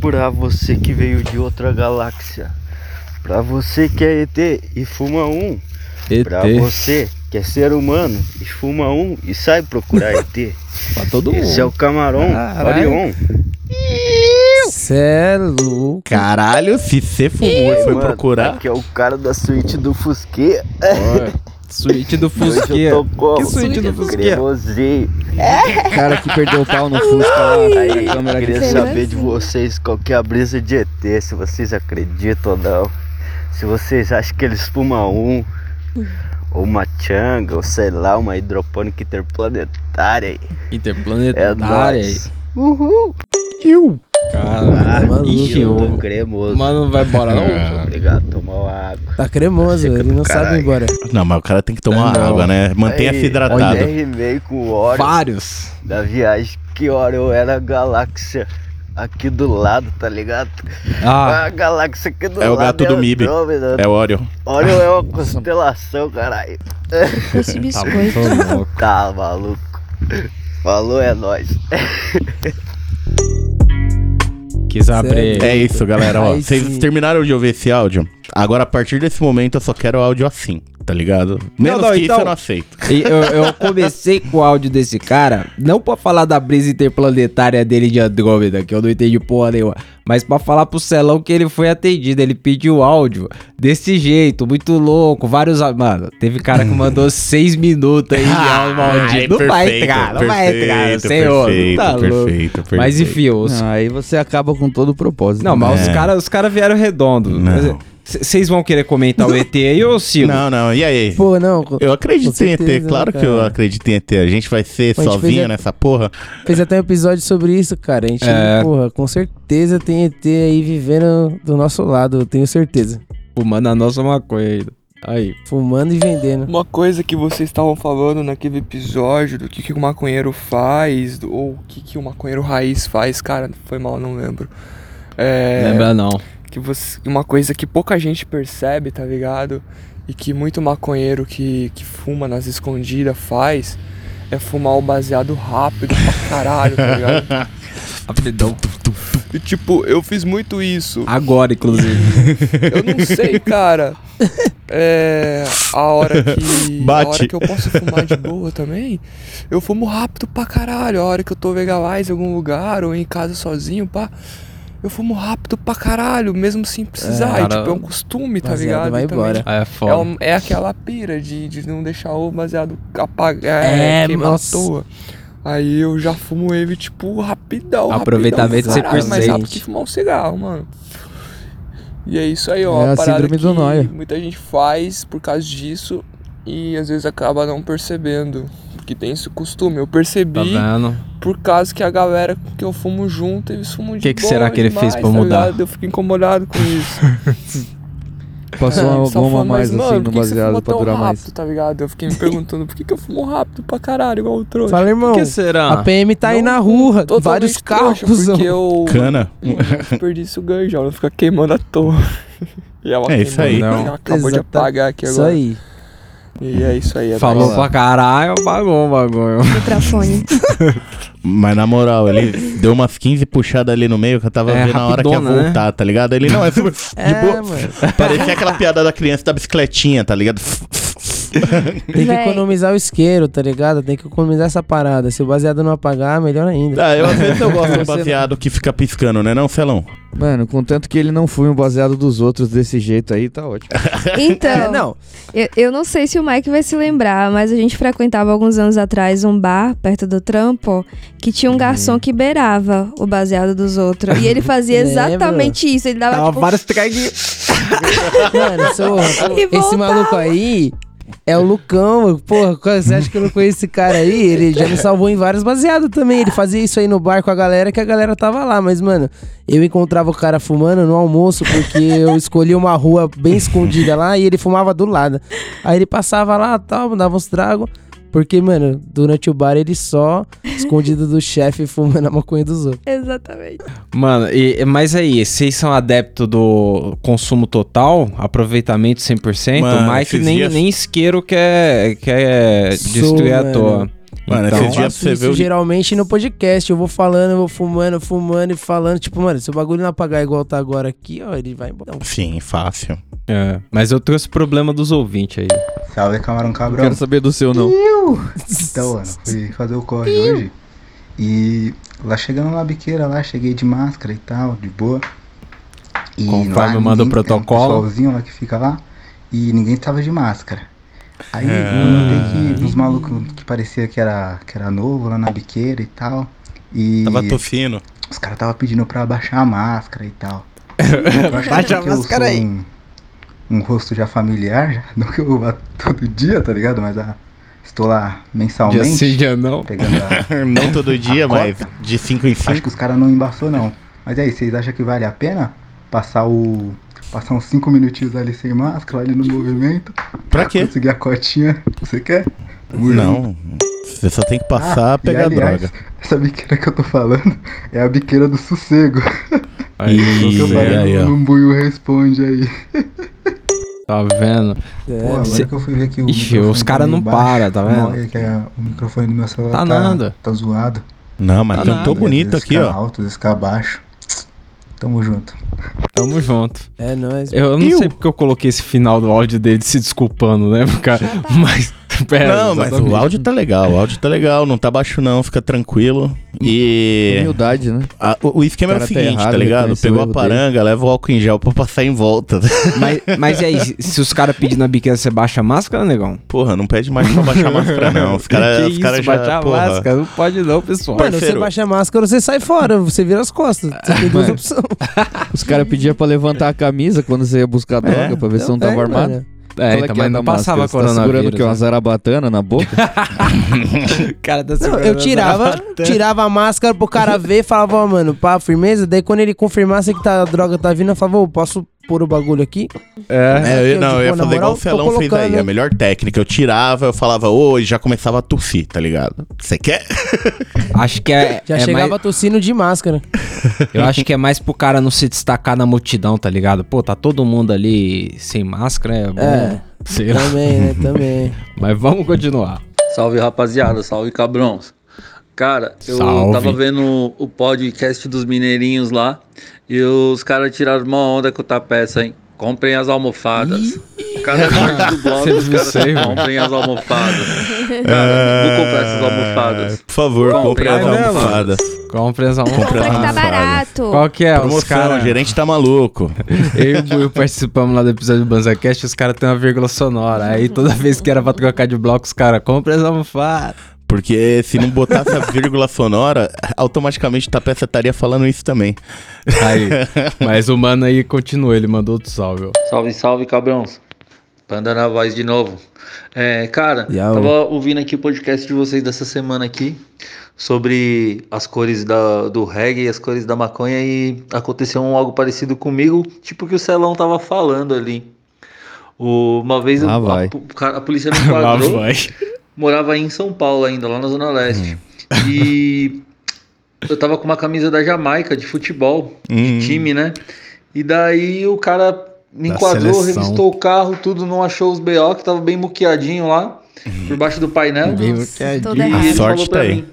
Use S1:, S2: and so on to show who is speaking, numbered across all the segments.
S1: para você que veio de outra galáxia, para você que é ET e fuma um,
S2: ET.
S1: para você que é ser humano e fuma um e sai procurar ET.
S2: Pra todo mundo.
S1: Esse é o Camarão
S2: Caralho.
S1: Orion.
S2: Cê é louco.
S3: Caralho, se você fumou e foi
S1: Mano,
S3: procurar.
S1: Aqui é o cara da suíte do Fusquê.
S2: Suíte do
S1: Hoje
S2: Fusqueira.
S1: eu tô como?
S2: Que suíte do Fusqueira?
S1: Cremosinho.
S2: O cara que perdeu o pau no Fusca lá.
S1: Aí,
S2: a câmera
S1: queria
S2: aqui.
S1: saber de vocês qual que é a brisa de ET, se vocês acreditam ou não. Se vocês acham que eles fumam um, ou uma changa, ou sei lá, uma hidropônica interplanetária. aí. É
S2: Interplanetária.
S1: nóis. Uhul!
S2: Cara, ixi,
S1: eu tô
S2: o
S1: cremoso. É.
S2: mano não vai embora não.
S3: Ah,
S1: Obrigado, toma uma água.
S4: Tá cremoso,
S1: Seca
S4: ele
S1: do
S4: não sabe
S1: caralho.
S4: ir embora.
S3: Não, mas o cara tem que tomar
S2: Não.
S3: água, né? Mantenha-se
S1: Aí,
S3: hidratado.
S1: olha, rimei com óleo
S2: Vários.
S1: da viagem. Que hora eu era a galáxia aqui do lado, tá ligado?
S2: Ah,
S1: A galáxia aqui do
S3: É
S1: lado.
S3: o gato do Mib.
S1: Andrômeda,
S3: É o Orion.
S1: Orion né? é uma constelação, caralho.
S5: Esse biscoito.
S2: tô louco.
S1: Tá maluco. Falou, é nóis.
S2: Quis abrir.
S3: É isso, galera. Ó,
S4: Aí
S3: vocês
S4: sim.
S3: terminaram de ouvir esse áudio? Agora, a partir desse momento, eu só quero áudio assim, tá ligado? Menos
S2: não,
S3: que
S2: então-
S3: isso, eu não aceito.
S2: E eu, eu comecei com o áudio desse cara, não pra falar da brisa interplanetária dele de Andrômeda, que eu não entendi porra nenhuma, mas pra falar pro Celão que ele foi atendido. Ele pediu áudio desse jeito, muito louco, vários. á- Mano, teve cara que mandou seis minutos
S6: Ah,
S2: aí de áudio maldito.
S3: Ah,
S2: Não vai
S3: é, perfeito,
S2: entrar, não vai entrar,
S3: perfeito,
S2: senhor.
S3: perfeito,
S2: tá louco.
S3: perfeito,
S2: Mas
S3: perfeito.
S2: enfim, os
S6: Não, aí você acaba com todo o propósito.
S2: não, mas os
S3: É.
S2: caras os cara vieram redondo.
S3: Não.
S2: Vocês vão querer comentar o ET aí ou o Silvio?
S3: Não, não, e aí?
S4: Pô, não,
S3: Eu acredito
S4: Com certeza,
S3: em
S2: né,
S3: ET, claro que
S4: cara.
S3: eu acredito em ET. A gente vai ser
S4: Mas a gente
S2: tipo,
S3: sozinho
S4: fez a-
S3: nessa porra.
S4: fez até um episódio sobre isso, cara. A gente,
S2: É.
S4: porra, com certeza tem ET aí vivendo do nosso lado, eu tenho certeza.
S2: Fumando a nossa maconha ainda. Aí.
S4: Fumando e vendendo.
S7: Uma coisa que vocês estavam falando naquele episódio do que, que o maconheiro faz, do- ou o que, que o maconheiro raiz faz, cara, foi mal, não lembro. É,
S2: Lembra não.
S7: que você, uma coisa que pouca gente percebe, tá ligado? E que muito maconheiro que, que fuma nas escondidas faz é fumar o baseado rápido pra caralho, tá ligado?
S2: Rapidão.
S7: E tipo, eu fiz muito isso.
S2: Agora, inclusive.
S7: Eu não sei, cara. É. A hora que.
S3: Bate.
S7: A hora que eu posso fumar de boa também. Eu fumo rápido pra caralho. A hora que eu tô legalize em algum lugar ou em casa sozinho, pá. Eu fumo rápido pra caralho, mesmo sem precisar.
S2: É,
S7: É,
S2: cara,
S7: tipo, é um costume, tá
S4: baseado
S7: ligado?
S4: vai
S7: E também,
S4: embora.
S7: tipo,
S2: É
S7: É,
S2: foda.
S7: um- é aquela pira de, de não deixar o baseado apagar,
S4: É,
S7: é, queimar à
S4: nossa.
S7: toa. Aí eu já fumo ele, tipo, rapidão.
S2: Aproveitamento
S7: rapidão, caralho, Mais
S2: 100%.
S7: rápido que fumar um cigarro, mano. E é isso aí, ó.
S4: É a
S7: uma parada
S4: síndrome do
S7: que
S4: Noia.
S7: Muita gente faz por causa disso e às vezes acaba não percebendo. Porque tem esse costume. Eu
S2: Tá
S7: percebi
S2: vendo?
S7: por causa que a galera que eu fumo junto, eles fumam de
S2: Que que
S7: boa
S2: será que ele fez
S7: demais,
S2: pra
S7: tá
S2: mudar?
S7: ligado? Eu fico incomodado com isso.
S6: Passou
S7: É,
S6: uma
S7: só
S6: goma a
S7: fala, mas,
S6: mais
S7: mano,
S6: assim
S7: por
S6: no
S7: que que você
S6: baseado
S7: fuma
S6: pra
S7: tão
S6: durar
S7: rápido,
S6: mais.
S7: Tá ligado? Eu fiquei me perguntando por que, que eu fumo rápido pra caralho, igual o trouxa.
S4: Fala, irmão.
S2: O que será?
S4: A PM tá aí
S7: Não,
S4: na rua,
S7: Totalmente
S4: vários carros.
S7: trouxa, Porque eu
S3: Cana.
S7: perdi o gancho, ela fica queimando à toa. E ela
S3: É isso
S7: queimando,
S3: aí.
S7: Ela acabou de
S4: Exata-
S7: apagar aqui
S4: Isso
S7: agora.
S4: aí.
S7: E é isso aí. É
S2: Falou
S7: nóis.
S2: pra caralho, pagou o bagulho.
S5: Microfone.
S3: Mas na moral, ele deu umas 15 puxadas ali no meio que eu tava
S2: É,
S3: vendo a hora que ia
S2: rapidona, né?
S3: voltar, tá ligado? Ele não, é super. de
S4: É,
S3: boa.
S4: mano.
S3: Parecia aquela piada da criança da bicicletinha, tá ligado?
S4: Tem que
S5: Véi.
S4: economizar o isqueiro, tá ligado? Tem que economizar essa parada. Se o baseado não apagar, melhor ainda.
S3: Ah, eu às vezes eu gosto do baseado que fica piscando, né, não, Celão?
S6: Mano, contanto que ele não fume o baseado dos outros desse jeito aí, tá ótimo.
S5: Então,
S4: Não,
S5: Eu, eu não sei se o Mike vai se lembrar, mas a gente frequentava alguns anos atrás um bar perto do trampo que tinha um
S2: Uhum.
S5: garçom que beirava o baseado dos outros. E ele fazia
S4: Lembro.
S5: exatamente isso. Ele dava
S2: Tava
S5: tipo,
S2: vários traguinhos.
S4: mano, sou-
S5: E
S4: esse
S5: voltava.
S4: maluco aí é o Lucão. Porra, qual- você acha que eu não conheço esse cara aí? Ele já me salvou em vários baseados também. Ele fazia isso aí no bar com a galera, que a galera tava lá. Mas, mano, eu encontrava o cara fumando no almoço, porque eu escolhi uma rua bem escondida lá e ele fumava do lado. Aí ele passava lá tal, dava uns tragos. Porque, mano, durante o bar ele só, escondido do chefe, fumando a maconha dos outros.
S5: Exatamente.
S2: Mano, e, mas aí, vocês são adeptos do consumo total, aproveitamento 100%?
S3: Mano,
S2: o Mike
S3: esses
S2: nem,
S3: dias-
S2: nem isqueiro quer, quer
S4: Sou,
S2: destruir à
S4: mano.
S2: toa.
S3: Mano,
S2: Então,
S4: Eu
S3: esses dias
S4: faço
S3: você
S4: isso
S3: vê o.
S4: geralmente no podcast. Eu vou falando, eu vou fumando, fumando e falando. Tipo, mano, se o bagulho não apagar igual tá agora aqui, ó, ele vai embora.
S6: assim,
S3: Sim, fácil.
S2: É, mas eu trouxe o problema dos ouvintes aí.
S8: Salve, camarão
S6: Não
S8: cabrão.
S6: quero saber do seu, não.
S8: Então, mano, fui fazer o corre hoje. E lá chegando na biqueira lá, cheguei de máscara e tal, de boa. E
S2: Conforme
S8: lá ninguém-
S2: manda o protocolo.
S8: Tem um pessoalzinho lá que fica lá e ninguém tava de máscara. Aí
S3: É.
S8: eu notei que uns malucos que parecia que era, que era novo lá na biqueira e tal. E
S3: Tava tossindo.
S8: os caras tava pedindo pra abaixar a máscara e tal. Eu acho que
S2: Baixa a
S8: porque eu
S2: máscara
S8: sou
S2: aí.
S8: Um, um rosto já familiar, já, não que eu vá todo dia, tá ligado? Mas ah, estou lá
S2: Dia
S8: mensalmente.
S2: sim, dia não.
S8: Pegando a...
S3: Não todo dia, mas de 5 em
S8: Acho
S3: 5.
S8: que os caras não embaçou não. Mas e aí, vocês acham que vale a pena passar o. Passar uns 5 minutinhos ali sem máscara, ali no movimento?
S3: Pra quê?
S8: Conseguir a cotinha que você quer?
S3: Não. Você só tem que passar
S8: Ah,
S3: a pegar
S8: e, aliás,
S3: droga.
S8: Essa biqueira que eu tô falando é a biqueira do sossego.
S2: Aí,
S3: Ih,
S8: eu
S2: você
S8: falei
S3: aí, ó.
S8: no Lumbuio responde aí.
S2: tá vendo?
S4: É,
S8: Pô, agora
S2: cê-
S8: que eu fui ver que o.
S2: Ixi,
S8: microfone
S2: os
S8: tá
S2: caras
S8: meio
S2: não
S8: baixo,
S2: param, tá
S8: não,
S2: vendo?
S8: é que a- o microfone do meu celular
S2: Tá
S8: tá,
S2: nada.
S8: tá zoado.
S3: Não, mas
S2: Ah,
S3: cantou
S2: não.
S3: bonito aqui,
S8: fica
S3: ó.
S8: alto, às vezes fica baixo. Tamo junto.
S2: Tamo junto.
S4: É nóis.
S2: Eu não sei porque eu coloquei esse final do áudio dele se desculpando, né, cara?
S4: tá.
S2: Mas, pera.
S3: não, mas
S2: exatamente.
S3: o áudio tá legal, o áudio tá legal, não tá baixo não, fica tranquilo. E
S6: Humildade, né?
S3: a- o o esquema
S6: O
S3: é o
S6: cara tá
S3: seguinte, tá,
S6: errado,
S2: né,
S3: ligado?
S6: reconheceu
S3: Pegou
S6: o
S3: a
S6: erro
S3: paranga, leva o álcool em gel pra passar em volta.
S2: Mas, mas e aí, se- se os caras pedindo a biqueira, você baixa a máscara, negão?
S3: Porra, não pede mais pra baixar a máscara não. Os
S2: Que
S3: caras
S2: isso,
S3: cara
S2: baixar
S3: já,
S2: a
S3: porra,
S2: máscara? Não pode não, pessoal.
S4: Mano, você
S3: parceiro.
S4: baixa a máscara, você sai fora, você vira as costas. Você tem duas opções.
S6: Os caras pediam pra levantar a camisa quando você ia buscar droga, pra ver se não
S4: Então,
S6: tava
S4: é,
S6: armado.
S4: mano.
S2: é,
S6: Qual
S2: então,
S6: que
S2: mas
S6: da
S2: não passava
S6: máscara? Você Tá segurando o
S2: coronavírus.
S6: que? Uma zarabatana na boca?
S2: né? cara tá
S4: Não,
S2: segurando
S4: eu
S2: a
S4: tirava,
S2: barata.
S4: tirava a máscara pro cara ver, falava, ó, mano, pá, firmeza. Daí quando ele confirmasse que tá, a droga tá vindo, eu falava, ô, posso pôr o bagulho aqui?
S2: É.
S3: É,
S4: Aqui,
S3: eu,
S4: ó,
S3: não,
S4: tipo,
S3: eu ia
S4: na
S3: fazer igual
S4: moral,
S3: o
S4: tô
S3: Felão fez aí, é
S4: colocando-
S3: a melhor técnica. Eu tirava, eu falava, oi, já começava a tossir, tá ligado? Você quer?
S2: Acho que é.
S4: Já
S2: é
S4: chegava
S2: mais-
S4: tossindo de máscara.
S2: eu acho que é mais pro cara não se destacar na multidão, tá ligado? Pô, tá todo mundo ali sem máscara, é bom.
S4: É.
S2: Sei lá.
S4: Também, né? Também.
S2: Mas vamos continuar.
S9: Salve rapaziada, salve cabrão. Cara, eu
S2: Salve.
S9: tava vendo o podcast dos Mineirinhos lá e os caras tiraram uma onda com o tapeça, hein? Comprem as almofadas. Cada parte do bloco, os
S2: Vocês me
S9: caras
S2: servem.
S9: comprem as almofadas. Cara, vou comprar essas almofadas.
S3: É, Por favor,
S9: Compre,
S3: compre as
S9: é mesmo?
S3: almofadas.
S2: Compra essa um.
S3: Compra
S10: Compra que tá
S3: as
S10: barato.
S2: Qual que é? os
S3: Promoção,
S2: caras.
S3: o gerente tá maluco.
S2: Eu e o Buiu participamos lá do episódio do Banzacast, os caras têm uma vírgula sonora. Aí toda vez que era pra trocar de bloco, os caras compram as almofadas.
S3: Porque se não botasse a vírgula sonora, automaticamente o Tapeça estaria falando isso também.
S2: Aí. Mas o mano aí continua, ele mandou outro salve. ó.
S9: Salve, salve, cabrões. Panda na voz de novo. É, cara,
S4: Yau.
S9: tava ouvindo aqui o podcast de vocês dessa semana aqui sobre as cores da, do reggae e as cores da maconha e aconteceu um algo parecido comigo, tipo o que o Celão tava falando ali. O- Uma vez
S6: Lá
S9: a-
S6: vai.
S9: a, po- cara- a polícia me
S2: Lá
S9: enquadrou,
S2: vai.
S9: morava aí em São Paulo ainda, lá na Zona Leste. E eu tava com uma camisa da Jamaica de futebol
S3: Hum.
S9: time, né? E daí o cara me
S2: Da
S9: enquadrou,
S2: seleção.
S9: revistou o carro, tudo, não achou os BO, que tava bem muqueadinho lá, por baixo do painel.
S2: Bem
S10: Nossa,
S2: bloqueadinho.
S10: toda
S9: E
S3: A
S9: ele
S10: errada.
S3: sorte
S9: falou pra
S3: tá aí.
S9: mim,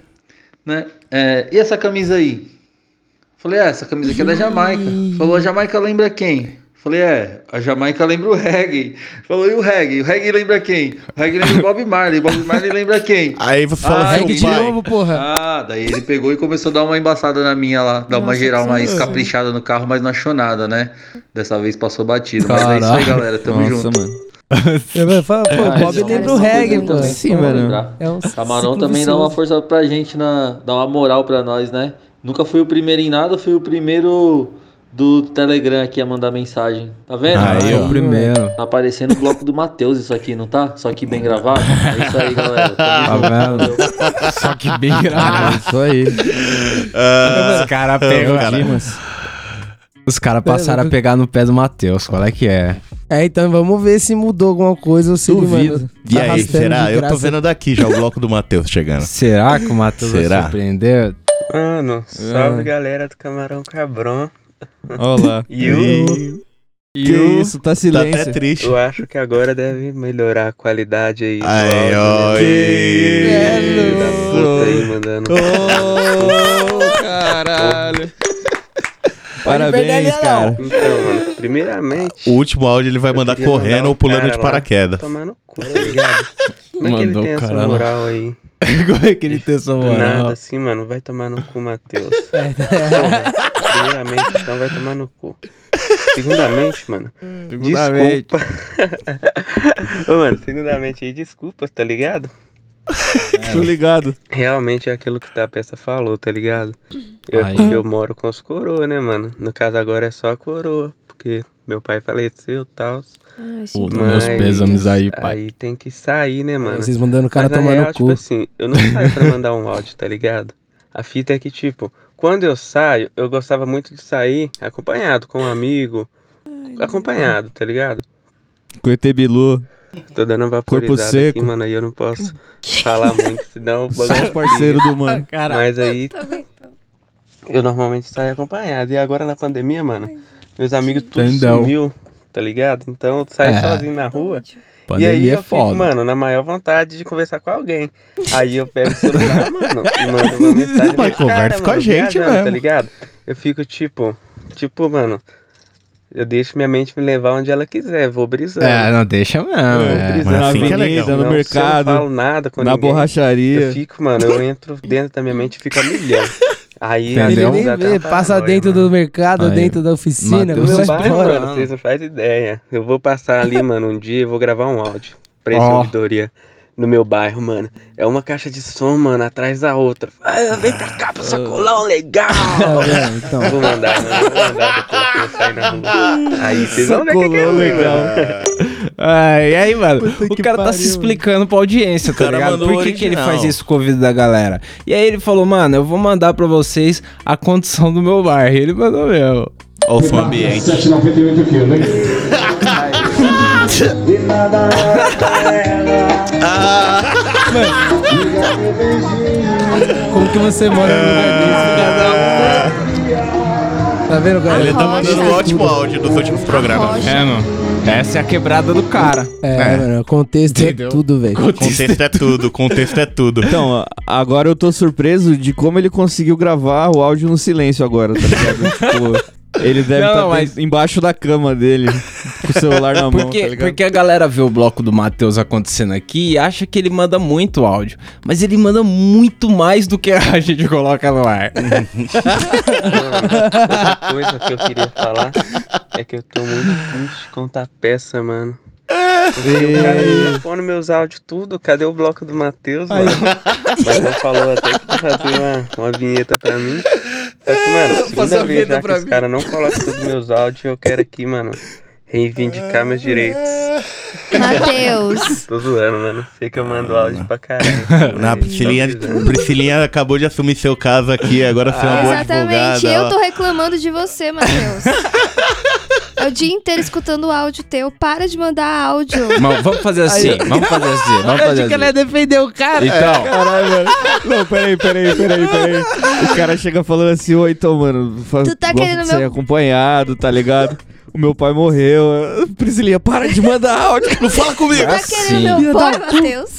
S9: né? é, e essa camisa aí? Falei, é, essa camisa aqui é da Jamaica. Falou, a Jamaica lembra quem? Falei, é, a Jamaica lembra o reggae. Falou, e o reggae? O reggae lembra quem? O reggae lembra o Bob Marley. Bob Marley lembra quem?
S3: Aí você fala
S9: Ai,
S3: assim,
S9: que
S4: de
S3: pai,
S4: novo, porra.
S9: Ah, daí ele pegou e começou a dar uma embaçada na minha lá, dar uma
S10: Nossa,
S9: geral
S10: que
S9: mais
S10: susto.
S9: caprichada no carro, mas não achou nada, né? Dessa vez passou batido. Mas é isso aí,
S2: Caralho.
S9: galera. Tamo
S6: Nossa,
S9: junto.
S6: mano.
S4: Eu falo, Tá, pô, o Bob lembra o reggae,
S2: então
S4: pô.
S6: Sim, mano.
S4: É um
S9: Camarão
S4: ciclo
S9: também dá uma
S4: vicioso.
S9: força pra gente, na, dá uma moral pra nós, né? Nunca fui o primeiro em nada, fui o primeiro do Telegram aqui a mandar mensagem. Tá vendo?
S3: Aí,
S2: É o primeiro.
S9: Tá aparecendo o bloco do Matheus isso aqui, não tá? Só que bem gravado. É isso aí, galera.
S2: Tá
S9: Tamo junto.
S2: vendo?
S9: Valeu.
S2: Só que bem
S3: É
S2: gravado.
S6: É Isso aí.
S3: Ah,
S2: Os caras pegam. Os caras passaram a pegar no pé do Matheus. Qual é que é?
S4: É, então vamos ver se mudou alguma coisa ou se ele, mano,
S6: Duvido.
S3: E
S4: tá
S3: aí,
S4: arrastando
S3: será?
S4: de
S3: Eu tô
S4: graça.
S3: vendo daqui já o bloco do Matheus chegando.
S2: Será que o Matheus vai
S3: Será?
S2: surpreender?
S11: Mano, salve galera do Camarão Cabrão.
S6: Olha lá.
S11: E o
S6: Que isso, tá
S3: Tá até
S6: silêncio.
S3: triste.
S11: Eu acho que agora deve melhorar a qualidade aí. do
S3: Aí,
S11: áudio,
S3: ó.
S11: né? Filho da puta aí,
S3: isso.
S11: mandando.
S6: Ô, caralho. Parabéns, cara.
S11: Então, mano, primeiramente,
S3: O último áudio ele vai mandar
S11: queria mandar
S3: correndo
S11: um
S3: ou pulando
S11: cara
S3: de
S11: lá.
S3: paraquedas.
S11: tomar no cu, tá ligado? Como é que ele
S2: Mandou
S11: tem
S2: o
S11: essa
S2: cara lá.
S11: moral aí?
S2: Como é que ele tem essa
S11: Do nada,
S2: moral?
S11: assim, mano, vai tomar no cu, Matheus. Porra, primeiramente, então vai tomar no cu. Segundamente, mano.
S2: Segundamente.
S11: Desculpa. Ô, mano, segundamente aí, desculpa, tá ligado?
S6: Tô ligado.
S11: Realmente é aquilo que a peça falou, tá ligado? Eu,
S2: Aí.
S11: porque eu moro com os coroa, né, mano? No caso agora é só a coroa, porque meu pai faleceu e tal.
S5: Ai, sim.
S2: Puta, meus
S11: Mas-
S2: pêsames aí, pai.
S11: Aí tem que sair, né, mano?
S4: Vocês mandando o cara
S11: Mas na
S4: tomar
S11: real,
S4: no
S11: tipo
S4: cu.
S11: assim, eu não saio pra mandar um áudio, tá ligado? A fita é que, tipo, quando eu saio, eu gostava muito de sair acompanhado, com um amigo. Acompanhado, tá ligado?
S6: Com o ET Bilu.
S11: Tô dando uma
S6: Corpo
S11: vaporizada
S6: seco.
S11: aqui, mano, aí eu não posso falar muito, senão o
S6: Só
S11: bagulho
S6: os parceiros do mano.
S11: Mas aí eu normalmente saio acompanhado. E agora na pandemia, mano, meus amigos tudo
S2: Entendeu.
S11: sumiu, tá ligado? Então eu saio
S2: É.
S11: sozinho na rua. e aí
S2: Pandemia
S11: eu
S2: é foda.
S11: fico, mano, na maior vontade de conversar com alguém. Aí eu pego o celular, mano, e mando uma mensagem.
S3: Mas
S11: pro cara,
S3: conversa com
S11: mano,
S3: a gente
S11: viajando,
S3: mesmo.
S11: Tá ligado? Eu fico tipo, tipo, mano, eu deixo minha mente me levar onde ela quiser, vou brisando.
S2: É, não deixa mesmo. é.
S3: Mas
S6: na
S3: assim que é
S6: avenida,
S3: legal.
S6: no
S11: Não, se
S6: mercado,
S11: Eu não falo nada com
S6: na
S11: ninguém. Eu
S6: borracharia.
S11: fico, mano, eu entro dentro da minha mente e fico a milhão. Aí
S4: Ele
S2: Entendeu?
S11: às
S4: nem
S11: vezes, até
S4: vê,
S11: uma
S4: passa
S11: paranoia,
S4: dentro
S11: mano.
S4: do mercado,
S2: Aí.
S4: dentro da oficina. é
S2: Matheus,
S4: meu,
S2: vocês
S4: vai
S11: Vai,
S4: embora.
S11: mano, tá vocês né? não fazem ideia. Eu vou passar ali, mano, um dia e vou gravar um áudio pra esse
S2: Ó.
S11: ouvidoria no meu bairro, mano. É uma caixa de som, mano, atrás da outra. Ah, vem pra cá, pro sacolão legal!
S4: Tá vendo? Então,
S11: Vou mandar, mano, vou mandar depois que eu sair na rua. Aí vocês vão ver o que que é ruim, mano.
S3: né?
S2: Ai, e aí, mano, o
S6: que
S2: cara tá
S6: pariu,
S2: se explicando pra audiência, tá
S3: cara
S2: ligado?
S3: mandou
S2: Por
S3: o
S2: que, que ele
S3: original.
S2: faz isso com o ouvido da galera? E aí ele falou, mano, eu vou mandar pra vocês a condição do meu bar. E ele mandou mesmo.
S3: Olha o som ambiente.
S12: Ah.
S4: como que você mora num lugar
S3: É.
S4: desse? Tá vendo, galera?
S3: Ele tá mandando um
S5: Rocha.
S3: ótimo áudio dos últimos programas.
S5: Rocha.
S2: mano. Essa é a quebrada do cara.
S4: É, mano, contexto é tudo, velho.
S3: Contexto é tudo, contexto é tudo.
S6: Então, ó, agora eu tô surpreso de como ele conseguiu gravar o áudio no silêncio agora, tá ligado? tipo, ele deve
S2: Não,
S6: estar
S2: não, mas-
S6: embaixo da cama dele, com o celular na mão,
S2: Porque,
S6: tá ligado?
S2: porque a galera vê o bloco do Matheus acontecendo aqui e acha que ele manda muito áudio. Mas ele manda muito mais do que a gente coloca no ar.
S11: Outra coisa que eu queria falar é que eu tô muito triste com tá peça, mano. Porque o cara telefone meus áudios tudo, cadê o bloco do Matheus, mano? Mas não falou até que ia fazer uma, uma vinheta pra mim. Só que, mano, segunda vez já que os caras não colocam todos meus áudios, eu quero aqui, mano, reivindicar meus direitos.
S5: Matheus.
S11: Tô zoando, mano. Sei que eu mando áudio pra caralho.
S3: Na
S11: mas
S3: Priscilinha,
S11: tô precisando.
S3: Priscilinha acabou de assumir seu caso aqui, agora você é uma boa
S5: Exatamente.
S3: advogada.
S5: Eu tô reclamando de você, Matheus. É o dia inteiro escutando o áudio teu. Para de mandar áudio.
S2: Mas vamos fazer assim, vamos fazer assim, vamos fazer assim.
S4: defender o cara.
S2: Então,
S6: Caralho, mano. Não, peraí, peraí, peraí, peraí. O cara chega falando assim, ô, então, mano, fa-
S5: Tu tá
S6: gosto
S5: querendo
S6: de sair
S5: meu-
S6: acompanhado, tá ligado? O meu pai morreu. Priscilinha, para de mandar áudio, não fala comigo.
S5: Tá
S2: Sim.
S5: querendo meu pó, Matheus?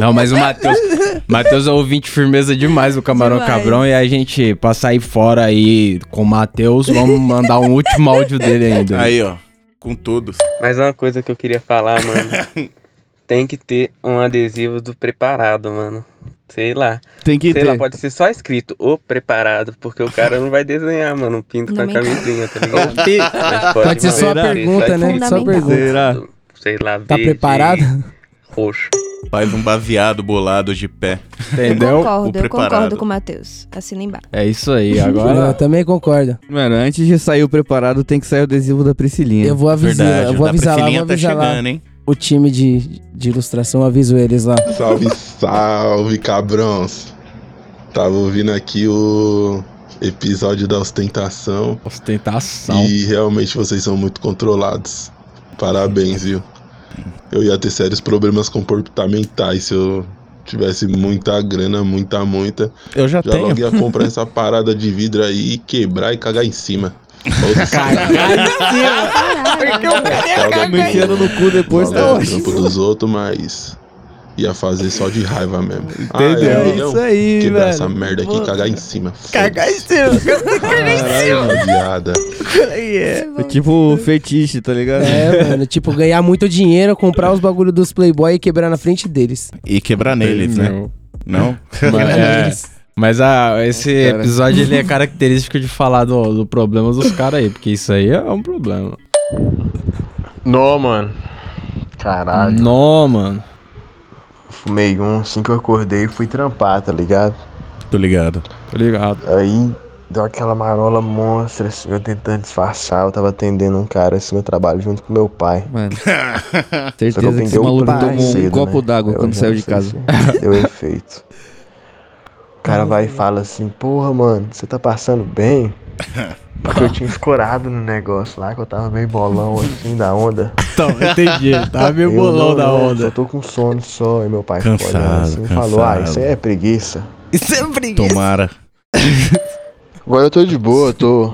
S2: Não, mas o Matheus. Matheus é ouvinte firmeza demais do Camarão
S5: Demais.
S2: Cabrão. E a gente, pra sair fora aí com o Matheus, vamos mandar um último áudio dele ainda.
S3: Aí, ó, com todos.
S11: Mas uma coisa que eu queria falar, mano. Tem que ter um adesivo do preparado, mano. Sei lá.
S6: Tem que
S11: Sei
S6: ter.
S11: lá, pode ser só escrito o preparado, porque o cara não vai desenhar, mano, um pinto
S5: Não
S11: com
S5: me
S11: a camisinha, tá ligado?
S3: um
S11: Mas
S4: Pode ser só a
S11: mandar,
S4: pergunta,
S11: tá
S4: né?
S11: escrito,
S4: Só a pergunta.
S6: Será?
S11: Sei lá,
S4: Tá
S11: verde,
S4: preparado?
S11: Roxo.
S3: Faz um baseado bolado de pé.
S5: Eu
S2: Entendeu?
S5: concordo,
S3: O
S5: eu
S3: preparado.
S5: concordo com o Matheus. Assina embaixo.
S2: É isso aí.
S4: Não, eu
S2: Agora.
S4: também concordo.
S6: Mano, antes de sair o preparado, tem que sair o adesivo da Priscilinha.
S3: É
S4: Eu vou avisar, eu vou
S3: da
S4: avisar lá, vou
S3: Priscilinha tá
S4: avisar lá.
S3: chegando, hein?
S4: O time de, de ilustração, eu aviso eles lá.
S13: Salve, salve, cabrões! Tava ouvindo aqui o episódio da ostentação
S2: Ostentação.
S13: e realmente vocês são muito controlados. Parabéns, viu? Eu ia ter sérios problemas comportamentais se eu tivesse muita grana, muita, muita.
S3: Eu já
S13: Já
S3: tenho.
S13: logo ia comprar essa parada de vidro aí, quebrar e cagar em cima. Outro
S5: Caralho.
S14: Tá
S13: Foda
S6: Mexendo no cu depois
S13: Foda
S6: tá
S13: o
S6: ótimo.
S13: trampo dos outros, mas ia fazer só de raiva mesmo. Entendeu?
S6: Entendeu? É isso aí,
S13: Quebrar
S6: velho.
S13: essa merda aqui e cagar em cima.
S6: Cagar em cima.
S13: Rapaziada.
S6: É tipo fetiche, tá ligado?
S4: É, mano, tipo, ganhar muito dinheiro, comprar os bagulho dos Playboy e quebrar na frente deles.
S3: E quebrar neles, né?
S2: Não.
S3: Não?
S2: Mas, é, mas, ah, esse episódio ele é característico de falar do, do problema dos caras aí, porque isso aí é um problema.
S14: Não, mano. Caralho.
S2: Não, mano.
S14: Fumei um, assim que eu acordei, fui trampar, tá ligado?
S3: Tô ligado.
S2: Tô ligado.
S14: Aí deu aquela marola monstra, assim, eu tentando disfarçar, eu tava atendendo um cara assim no trabalho junto com meu pai.
S6: Mano.
S14: Só eu
S6: Certeza que
S14: peguei
S6: esse
S14: o
S6: maluco
S14: pai
S6: tomou um
S14: cedo,
S6: copo
S14: né?
S6: d'água
S14: Eu
S6: quando
S14: já
S6: saiu de
S14: sei
S6: casa.
S14: se Deu efeito. O cara vai e fala assim, porra, mano, você tá passando bem? Porque eu tinha escorado no negócio lá, que eu tava meio bolão assim da onda.
S2: Então, entendi. Tava meio
S14: Eu,
S2: bolão
S14: não,
S2: da
S14: não,
S2: onda.
S14: Só tô com sono só, e meu pai ficou
S3: Cansado,
S14: olhando assim, e falou, ah,
S3: cansado.
S14: isso aí é preguiça.
S2: Isso é preguiça.
S3: Tomara.
S14: Agora eu tô de boa, eu tô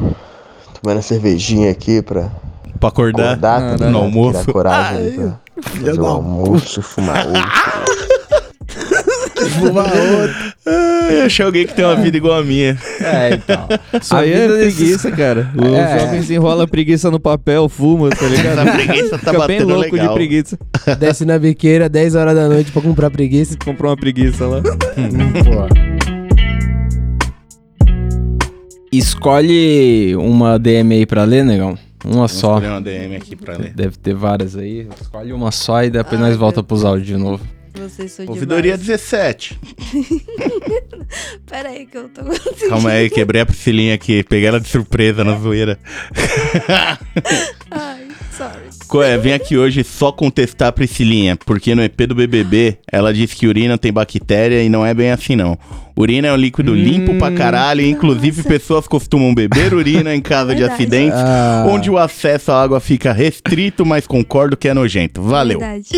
S14: tomando a cervejinha aqui pra
S3: Pra acordar.
S14: acordar, tá ligado?
S3: no almoço.
S14: Tirar coragem tá. aí pra fazer o almoço, fumar outro.
S3: Ai, achei alguém que tem uma vida igual a minha.
S2: É, então.
S6: Isso
S2: A
S6: aí é
S2: vida desses-
S6: preguiça, cara. O
S2: É.
S6: jovem se enrola preguiça no papel, fuma, tá ligado?
S3: Essa preguiça tá
S6: Fica bem
S3: batendo
S6: louco de
S3: legal.
S6: preguiça.
S4: Desce na biqueira, 10 horas da noite pra comprar preguiça.
S6: Comprou uma preguiça lá.
S3: Hum,
S2: Escolhe uma DM aí pra ler, negão. Uma
S3: Vamos
S2: só.
S3: escolher uma DM aqui pra ler.
S2: Deve ter várias aí. Escolhe uma só e depois nós volta pros áudios de novo.
S5: Vocês são
S3: Ouvidoria
S5: demais.
S3: 17.
S5: Pera aí que eu tô...
S3: Calma aí, é quebrei a piscilinha aqui. Peguei ela de surpresa na zoeira.
S5: Ai, sorry.
S3: Coé, vem é, aqui hoje só contestar a Priscilinha, porque no EP do BBB ela disse que urina tem bactéria e não é bem assim não. Urina é um líquido limpo pra caralho, e inclusive pessoas costumam beber urina em caso de
S5: Verdade.
S3: acidentes, onde o acesso à água fica restrito, mas concordo que é nojento. Valeu. um
S5: Verdade.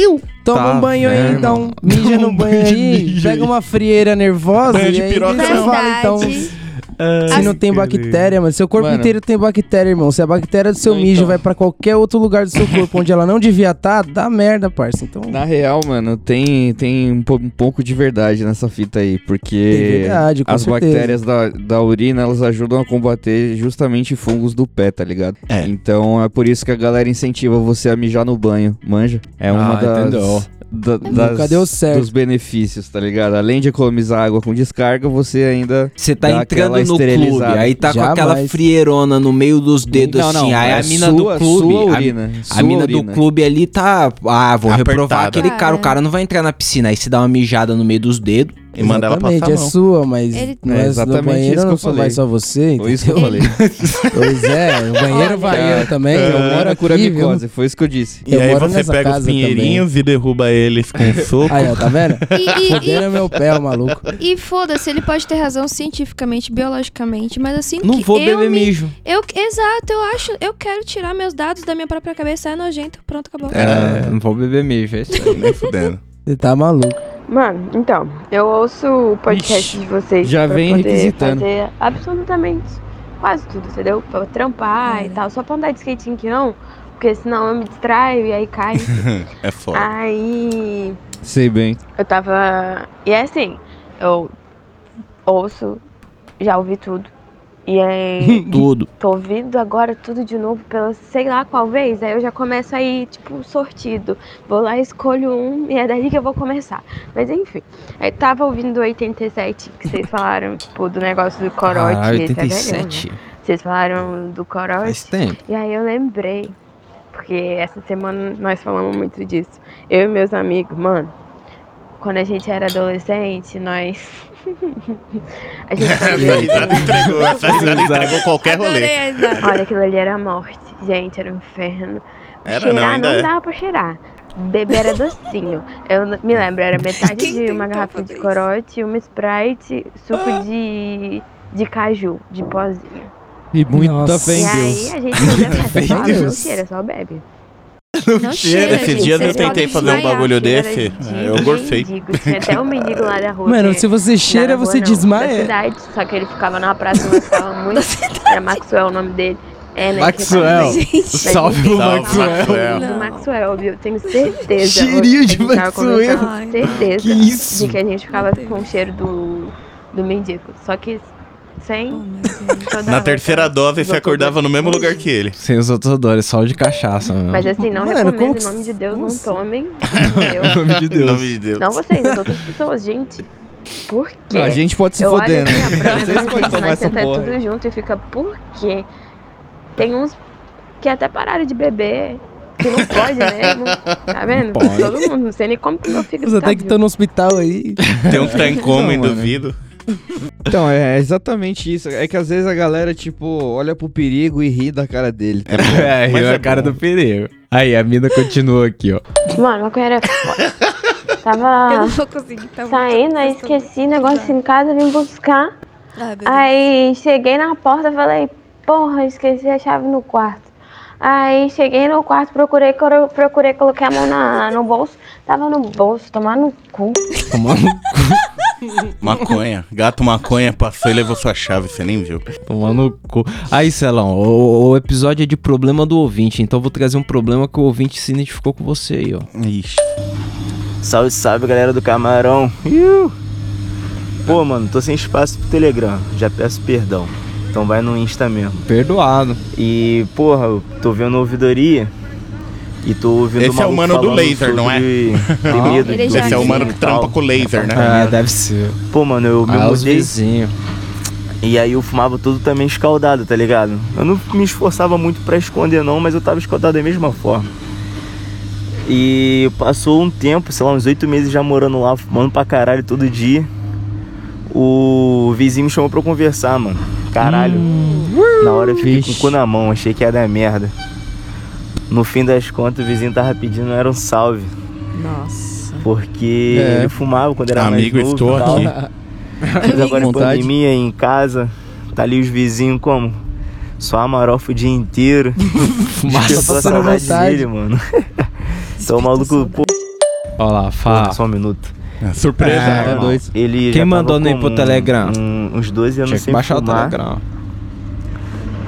S4: Toma
S2: Tá
S4: um banho aí,
S2: vendo?
S4: então. Mija no banho aí, pega uma frieira nervosa
S3: Banho de
S4: e aí
S3: piroca
S4: você
S3: não.
S4: fala, então.
S5: Verdade.
S4: Se não tem bactéria, mano, seu corpo
S6: Mano.
S4: inteiro tem bactéria, irmão. Se a bactéria do seu
S6: Não,
S4: mijo
S6: então.
S4: vai pra qualquer outro lugar do seu corpo onde ela não devia estar, dá merda, parça. Então,
S6: Na real, mano, tem, tem um, po- um pouco de verdade nessa fita aí,
S4: Tem
S6: porque
S4: verdade, com
S6: as
S4: certeza.
S6: bactérias da, da urina, elas ajudam a combater justamente fungos do pé, tá ligado?
S3: É.
S6: Então é por isso que a galera incentiva você a mijar no banho, manja? É uma
S2: Ah, entendeu.
S6: das, da- das-
S4: Nunca deu certo.
S6: dos benefícios, tá ligado? Além de economizar água com descarga, você ainda...
S2: Você tá
S6: Dá
S2: entrando
S6: aquela
S2: no clube,
S6: esterilizada.
S2: aí tá com
S4: Jamais.
S2: aquela frieirona no meio dos dedos
S6: Não, não,
S2: assim. Aí
S6: é
S2: a mina
S6: sua-
S2: do clube.
S6: sua
S2: a-
S6: urina,
S2: a,
S6: sua
S2: mina
S6: urina.
S2: do clube ali tá. Ah, vou reprovar
S3: Apertada.
S2: aquele cara. O cara não vai entrar na piscina. Aí se dá uma mijada no meio dos dedos.
S3: E manda ela
S4: exatamente,
S3: passar a
S4: é
S3: mão.
S4: sua, mas
S5: Ele-
S4: não
S6: É
S4: é, no
S6: exatamente
S4: banheiro
S6: isso que
S4: não
S6: eu
S4: só
S6: falei.
S4: vai só você.
S6: Foi isso que eu falei.
S4: Pois é, o banheiro vai eu também.
S6: É,
S4: Eu moro
S6: a cura
S4: aqui, viu?
S6: micose, foi isso que eu disse.
S3: Ah. E
S4: Eu
S3: aí
S4: moro
S3: você
S4: nessa
S3: pega os
S4: casa também.
S3: pinheirinhos e derruba eles com um soco.
S4: Aí, ó, tá vendo?
S5: E, e,
S4: Fuderam meu pé, o maluco.
S5: e, e foda-se, ele pode ter razão cientificamente, biologicamente, mas assim
S2: Não
S5: que
S2: vou
S5: eu
S2: beber
S5: me...
S2: mijo.
S5: Eu, exato, eu acho, eu quero tirar meus dados da minha própria cabeça, é nojento, pronto, acabou.
S2: É, não vou beber mijo. É isso aí.
S3: Nem fudendo.
S4: Você tá maluco.
S15: Mano, então, eu ouço o podcast de vocês
S6: já
S15: pra
S6: vem
S15: poder
S6: requisitando.
S15: fazer absolutamente quase tudo, entendeu? Pra eu trampar e tal, só pra andar de skatinho que não, porque senão eu me distraio e aí cai.
S3: É foda.
S15: aí
S6: Sei bem.
S15: eu tava. E é assim, eu ouço, já ouvi tudo. E aí
S2: Tudo.
S15: tô ouvindo agora tudo de novo pela sei lá qual vez, aí eu já começo aí, tipo, sortido. Vou lá, escolho um e é daí que eu vou começar. Mas enfim, aí tava ouvindo o 87 que vocês falaram, tipo, do negócio do corote.
S2: Ah,
S15: esse é velhão, né?
S2: 87.
S15: Vocês
S3: É.
S15: falaram do
S2: Faz
S15: corote.
S2: tempo.
S15: E aí eu lembrei, porque essa semana nós falamos muito disso. Eu e meus amigos, mano, quando a gente era adolescente, nós. a gente fazia
S3: Essa risada entregou, essa risada entregou qualquer rolê.
S5: Adorei a idade.
S15: Olha, aquilo ali era a morte. Gente, era um inferno.
S3: Era
S15: cheirar
S3: não, ainda
S15: não
S3: é.
S15: dava pra cheirar. Beber era docinho. Eu n- me lembro, era metade
S5: Quem
S15: de uma
S5: tentou
S15: garrafa de
S5: fazer Ah.
S15: corote, uma Sprite, suco de, de caju, de pozinho.
S6: E muita
S4: Nossa.
S6: fé
S15: e
S6: em
S15: aí
S6: Deus.
S15: a gente fazia festa,
S2: em
S15: fala, não
S2: Deus.
S15: cheira, só bebe.
S5: Não cheira,
S3: Esses
S5: gente,
S3: dias eu
S5: vocês podem
S3: tentei fazer um
S5: desmaiar.
S3: bagulho
S15: Cheira
S3: desse, É,
S15: de
S3: eu gorfei.
S15: mendigo. Tinha até um mendigo lá da rua.
S4: Mano,
S15: que-
S4: se você
S15: na
S4: cheira,
S15: rua
S4: você
S15: não, da
S4: desmaia.
S15: cidade, só que ele ficava numa praça, mas ficava muito. Era Maxwell o nome dele. É, né?
S2: Maxwell. Salve pro Maxwell.
S15: Do Maxwell, viu? Eu tenho certeza.
S2: Cheirinho de
S15: A gente tava
S2: Maxwell.
S15: conversando,
S2: Ai,
S15: certeza.
S2: que isso?
S15: De que a gente ficava com o cheiro do, do mendigo. Só que sem. toda
S3: Na
S15: hora.
S3: terceira dose, você
S15: Botou
S3: acordava no mesmo lugar que ele.
S2: Sem os outros odores, só o de cachaça, mano.
S15: Mas assim, não
S2: Mano, como
S15: recomendo,
S2: que-
S15: em nome de Deus, não tomem.
S2: Em nome de Deus.
S3: Em nome de Deus.
S15: Não vocês, as outras pessoas, gente. Por quê?
S6: A gente pode se
S15: Eu olho assim,
S6: foder,
S15: aqui
S6: né?
S15: a prova,
S6: Vocês
S15: gente,
S6: podem tomar
S15: nós
S6: essa
S15: senta
S6: porra.
S15: tudo junto e fica, por quê? Tem uns que até pararam de beber, que não pode mesmo. Tá vendo?
S4: Não pode.
S15: Todo mundo, não sei nem como que meu filho
S4: Os
S15: tá
S4: até que
S15: vivo.
S4: estão no hospital aí.
S3: Tem um que tá em coma e
S6: Não, mano.
S3: duvido.
S6: Então, é exatamente isso. É que às vezes a galera, tipo, olha pro perigo e ri da cara dele. tá ligado?
S2: É, riu a cara do perigo. Aí, a mina continua aqui, ó.
S15: Mano, maconheiro é foda. Tava
S5: Eu não vou conseguir, tá bom.
S15: saindo, aí esqueci o negócio em casa, vim buscar. aí cheguei na porta, falei, porra, esqueci a chave no quarto. Aí cheguei no quarto, procurei, coro- procurei, coloquei a mão na, no bolso. Tava no bolso, tomar no cu.
S3: Tomar Maconha. Gato maconha passou e levou sua chave, você nem viu.
S2: Tomar no cu. Aí, Celão, o, o episódio é de problema do ouvinte, então eu vou trazer um problema que o ouvinte se identificou com você aí, ó.
S3: Ixi.
S16: Salve, salve galera do Camarão. Iu. Pô, mano, tô sem espaço pro Telegram, já peço perdão. Então vai no Insta mesmo.
S2: Perdoado.
S16: E, porra, eu tô vendo ouvidoria e tô ouvindo
S3: Esse é o
S16: maluco
S3: mano do
S16: falando
S3: laser, não é?
S16: sobre ter
S3: Não.
S16: medo de
S3: Ele já Esse é o mano que
S16: e tal.
S3: trampa com laser, né?
S16: É,
S2: Ah, deve ser.
S16: Pô, mano, eu me
S2: Ah, os
S16: mudei.
S2: vizinho.
S16: E aí eu fumava tudo também escaldado, tá ligado? Eu não me esforçava muito pra esconder não, mas eu tava escaldado da mesma forma. E passou um tempo, sei lá, uns oito meses já morando lá, fumando pra caralho todo dia. O vizinho me chamou pra eu conversar, mano. Caralho. Na hora eu fiquei com o cu na mão, achei que ia dar merda. No fim das contas, o vizinho tava pedindo, era um salve.
S14: é
S17: Nossa.
S16: Porque
S17: É.
S16: ele fumava quando era
S3: Amigo,
S16: mais novo.
S3: estou
S16: e tal.
S3: aqui.
S16: Mas agora em
S3: Vontade.
S16: pandemia, em casa, tá ali os vizinhos como? Só amarofa o dia inteiro.
S2: Fumaça
S16: Despertou a
S2: passando
S16: saudade
S2: vontade.
S16: dele, mano. então o maluco, pô.
S2: Ó lá, fala.
S16: Só um minuto.
S2: surpresa, né,
S4: Ah,
S2: irmão?
S16: Ele
S2: Quem
S16: já tava
S2: mandou no- pro
S16: com
S2: Telegram?
S16: um- uns 12 anos
S2: Tinha que
S16: sem
S2: baixar o
S16: fumar.
S2: Telegram.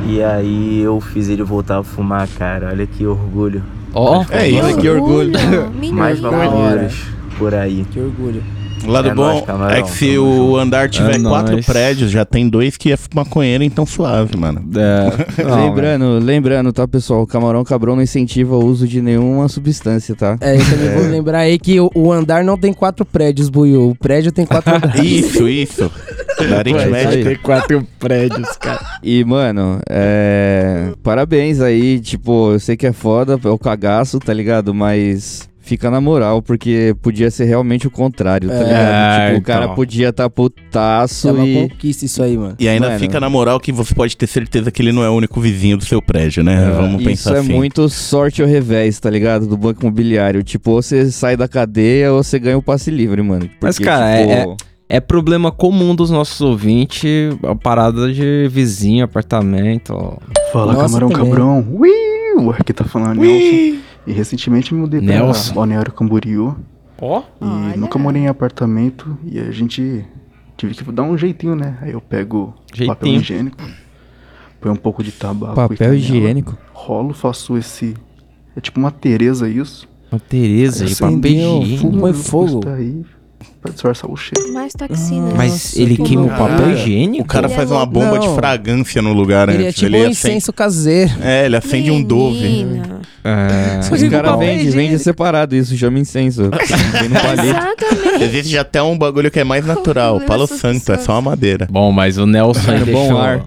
S16: E aí eu fiz ele voltar a fumar, cara. Olha que orgulho.
S2: Ó,
S16: Mas,
S3: é isso, que orgulho. Menino.
S16: Mais
S3: Da hora.
S16: maconheiros por aí. Que
S4: orgulho.
S3: O lado
S16: É
S3: bom
S16: nóis, camarão.
S3: é que se o andar tiver
S2: É
S3: quatro
S2: nóis.
S3: prédios, já tem dois que é maconheiro, então suave, mano.
S6: É. lembrando, lembrando, tá, pessoal? O camarão cabrão não incentiva o uso de nenhuma substância, tá?
S4: É, eu também vou lembrar aí que o, o andar não tem quatro prédios, Buiu. O prédio tem quatro andares.
S3: Isso, isso. Da aritmética.
S2: Tem quatro prédios, cara.
S6: E, mano, é. Parabéns aí. Tipo, eu sei que é foda, é o cagaço, tá ligado? Mas. Fica na moral, porque podia ser realmente o contrário, tá
S4: É,
S6: ligado? tipo, o
S4: então.
S6: cara podia estar tá putaço
S4: É uma
S6: e.
S4: conquista isso aí, mano.
S3: E ainda
S6: Mano.
S3: fica na moral que você pode ter certeza que ele não é o único vizinho do seu prédio, né? Vamos
S6: Isso
S3: pensar
S6: é
S3: assim.
S6: muito sorte ao revés, tá ligado? Do banco imobiliário. Tipo, ou você sai da cadeia ou você ganha o passe livre, mano.
S2: Mas,
S6: Porque,
S2: cara, é-
S6: tipo,
S2: é, é problema comum dos nossos ouvintes, a parada de vizinho, apartamento.
S18: Fala, camarão cabrão. Uiu! Aqui tá falando Nelson. E recentemente me mudei
S2: Nelson.
S18: pra Balneário Camboriú.
S2: Ó.
S18: E nunca morei em apartamento e a gente tive que dar um jeitinho, né? Aí eu pego papel
S6: Jeitinho.
S18: higiênico, põe um pouco de tabaco.
S6: Papel
S18: e canela,
S6: higiênico?
S18: Rolo, faço esse. É tipo uma Tereza isso.
S2: Uma Tereza de papel higiênico.
S18: Põe fogo. Tá aí pra disfarçar o cheiro.
S5: Mais
S3: Ah.
S5: toxina.
S2: Mas ele queima o papel
S3: Cara,
S2: higiênico?
S3: O cara
S6: é
S3: faz uma bomba de
S4: Não.
S3: fragrância no lugar, né?
S4: Ele é
S3: Tipo,
S4: tipo um incenso caseiro.
S3: É, ele acende um Dove.
S6: É,
S4: Só
S6: os
S4: digo
S6: caras
S4: papel
S6: vendem,
S4: higiênico.
S6: vende separado isso, chama incenso. Vem no palito.
S3: Existe até um bagulho que é mais natural. Palo Santo, é só uma madeira.
S2: Bom, mas o Nelson
S3: É,
S2: deixou.
S3: bom ar.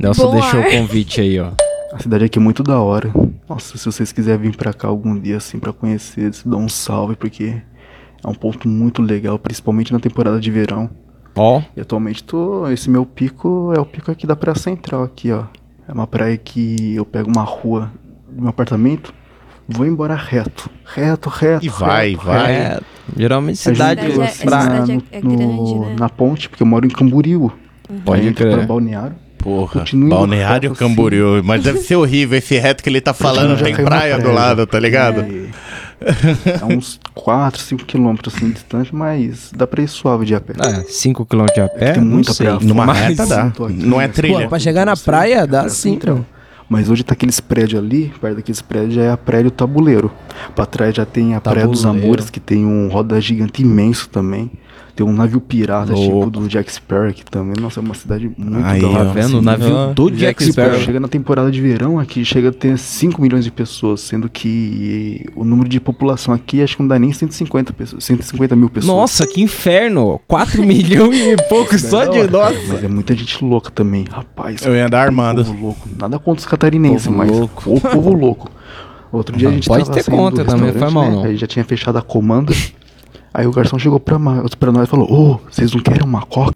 S2: Nelson
S18: Bom
S2: deixou
S18: ar.
S2: o convite aí, ó.
S18: A cidade aqui é muito da hora. Nossa, se vocês quiserem vir pra cá algum dia assim pra conhecer, se dá um salve, porque é um ponto muito legal, principalmente na temporada de verão.
S2: Ó.
S18: E atualmente tô. Esse meu pico é o pico aqui da Praia Central, aqui, ó. É uma praia que eu pego uma rua do meu apartamento, vou embora reto. Reto, reto.
S3: E vai,
S18: reto,
S3: vai.
S18: reto.
S2: Geralmente
S18: Aí
S2: cidade
S18: junto,
S2: é-
S18: assim,
S2: pra-
S18: na-
S2: cidade
S5: é- é
S18: no-
S5: grande, né? Uhum.
S18: Na ponte, porque eu moro em Camboriú.
S3: Pode
S18: Aí entro
S3: crer.
S18: pra Balneário.
S3: Porra,
S18: Continua indo
S3: Balneário
S18: reto,
S3: Camboriú. Mas deve ser horrível esse reto que ele tá falando.
S18: Já
S3: Tem
S18: caiu na
S3: praia do
S18: praia.
S3: lado, tá ligado?
S18: É uns 4, 5 quilômetros assim distante, mas dá pra ir suave de a pé.
S2: É, 5 km de a pé,
S18: tem
S2: não
S18: muita
S2: sei.
S18: praia.
S2: Numa
S18: Mas-
S2: reta dá.
S18: Tô aqui,
S2: Não é
S18: né?
S2: trilha.
S4: Pô, pra chegar na praia, dá sim.
S18: Então, Mas hoje tá aqueles prédios ali, perto daqueles prédios já é a prédio tabuleiro. Pra trás já tem a Praia dos
S2: Tabuleiro.
S18: Amores, que tem um roda gigante imenso também. Tem um navio pirata, tipo
S2: Louco.
S18: do Jack Sparrow aqui também. Nossa, é uma cidade muito
S2: Aí,
S18: da hora.
S2: tá vendo? O navio
S18: Ah.
S2: do Jack Sparrow.
S18: Chega na temporada de verão aqui, chega a ter 5 milhões de pessoas, sendo que o número de população aqui acho que não dá nem 150, pessoas, 150 mil pessoas.
S2: Nossa, que inferno! 4 milhões e pouco
S18: Isso
S2: só
S18: é da
S2: de
S18: hora.
S2: nós.
S18: Mas é muita gente louca também, rapaz.
S3: Eu ia andar armado.
S18: Povo louco. Nada contra os catarinenses,
S2: Povo
S18: mas
S2: louco.
S18: o povo louco. Outro dia a
S2: Não,
S18: gente
S2: pode
S18: tava
S2: ter
S18: saindo do
S2: contra também, não faz
S18: restaurante,
S2: mal,
S18: né?
S2: não.
S18: Aí já tinha fechado a comanda. Aí o garçom chegou pra, ma- pra nós e falou: Ô, vocês não querem uma coca?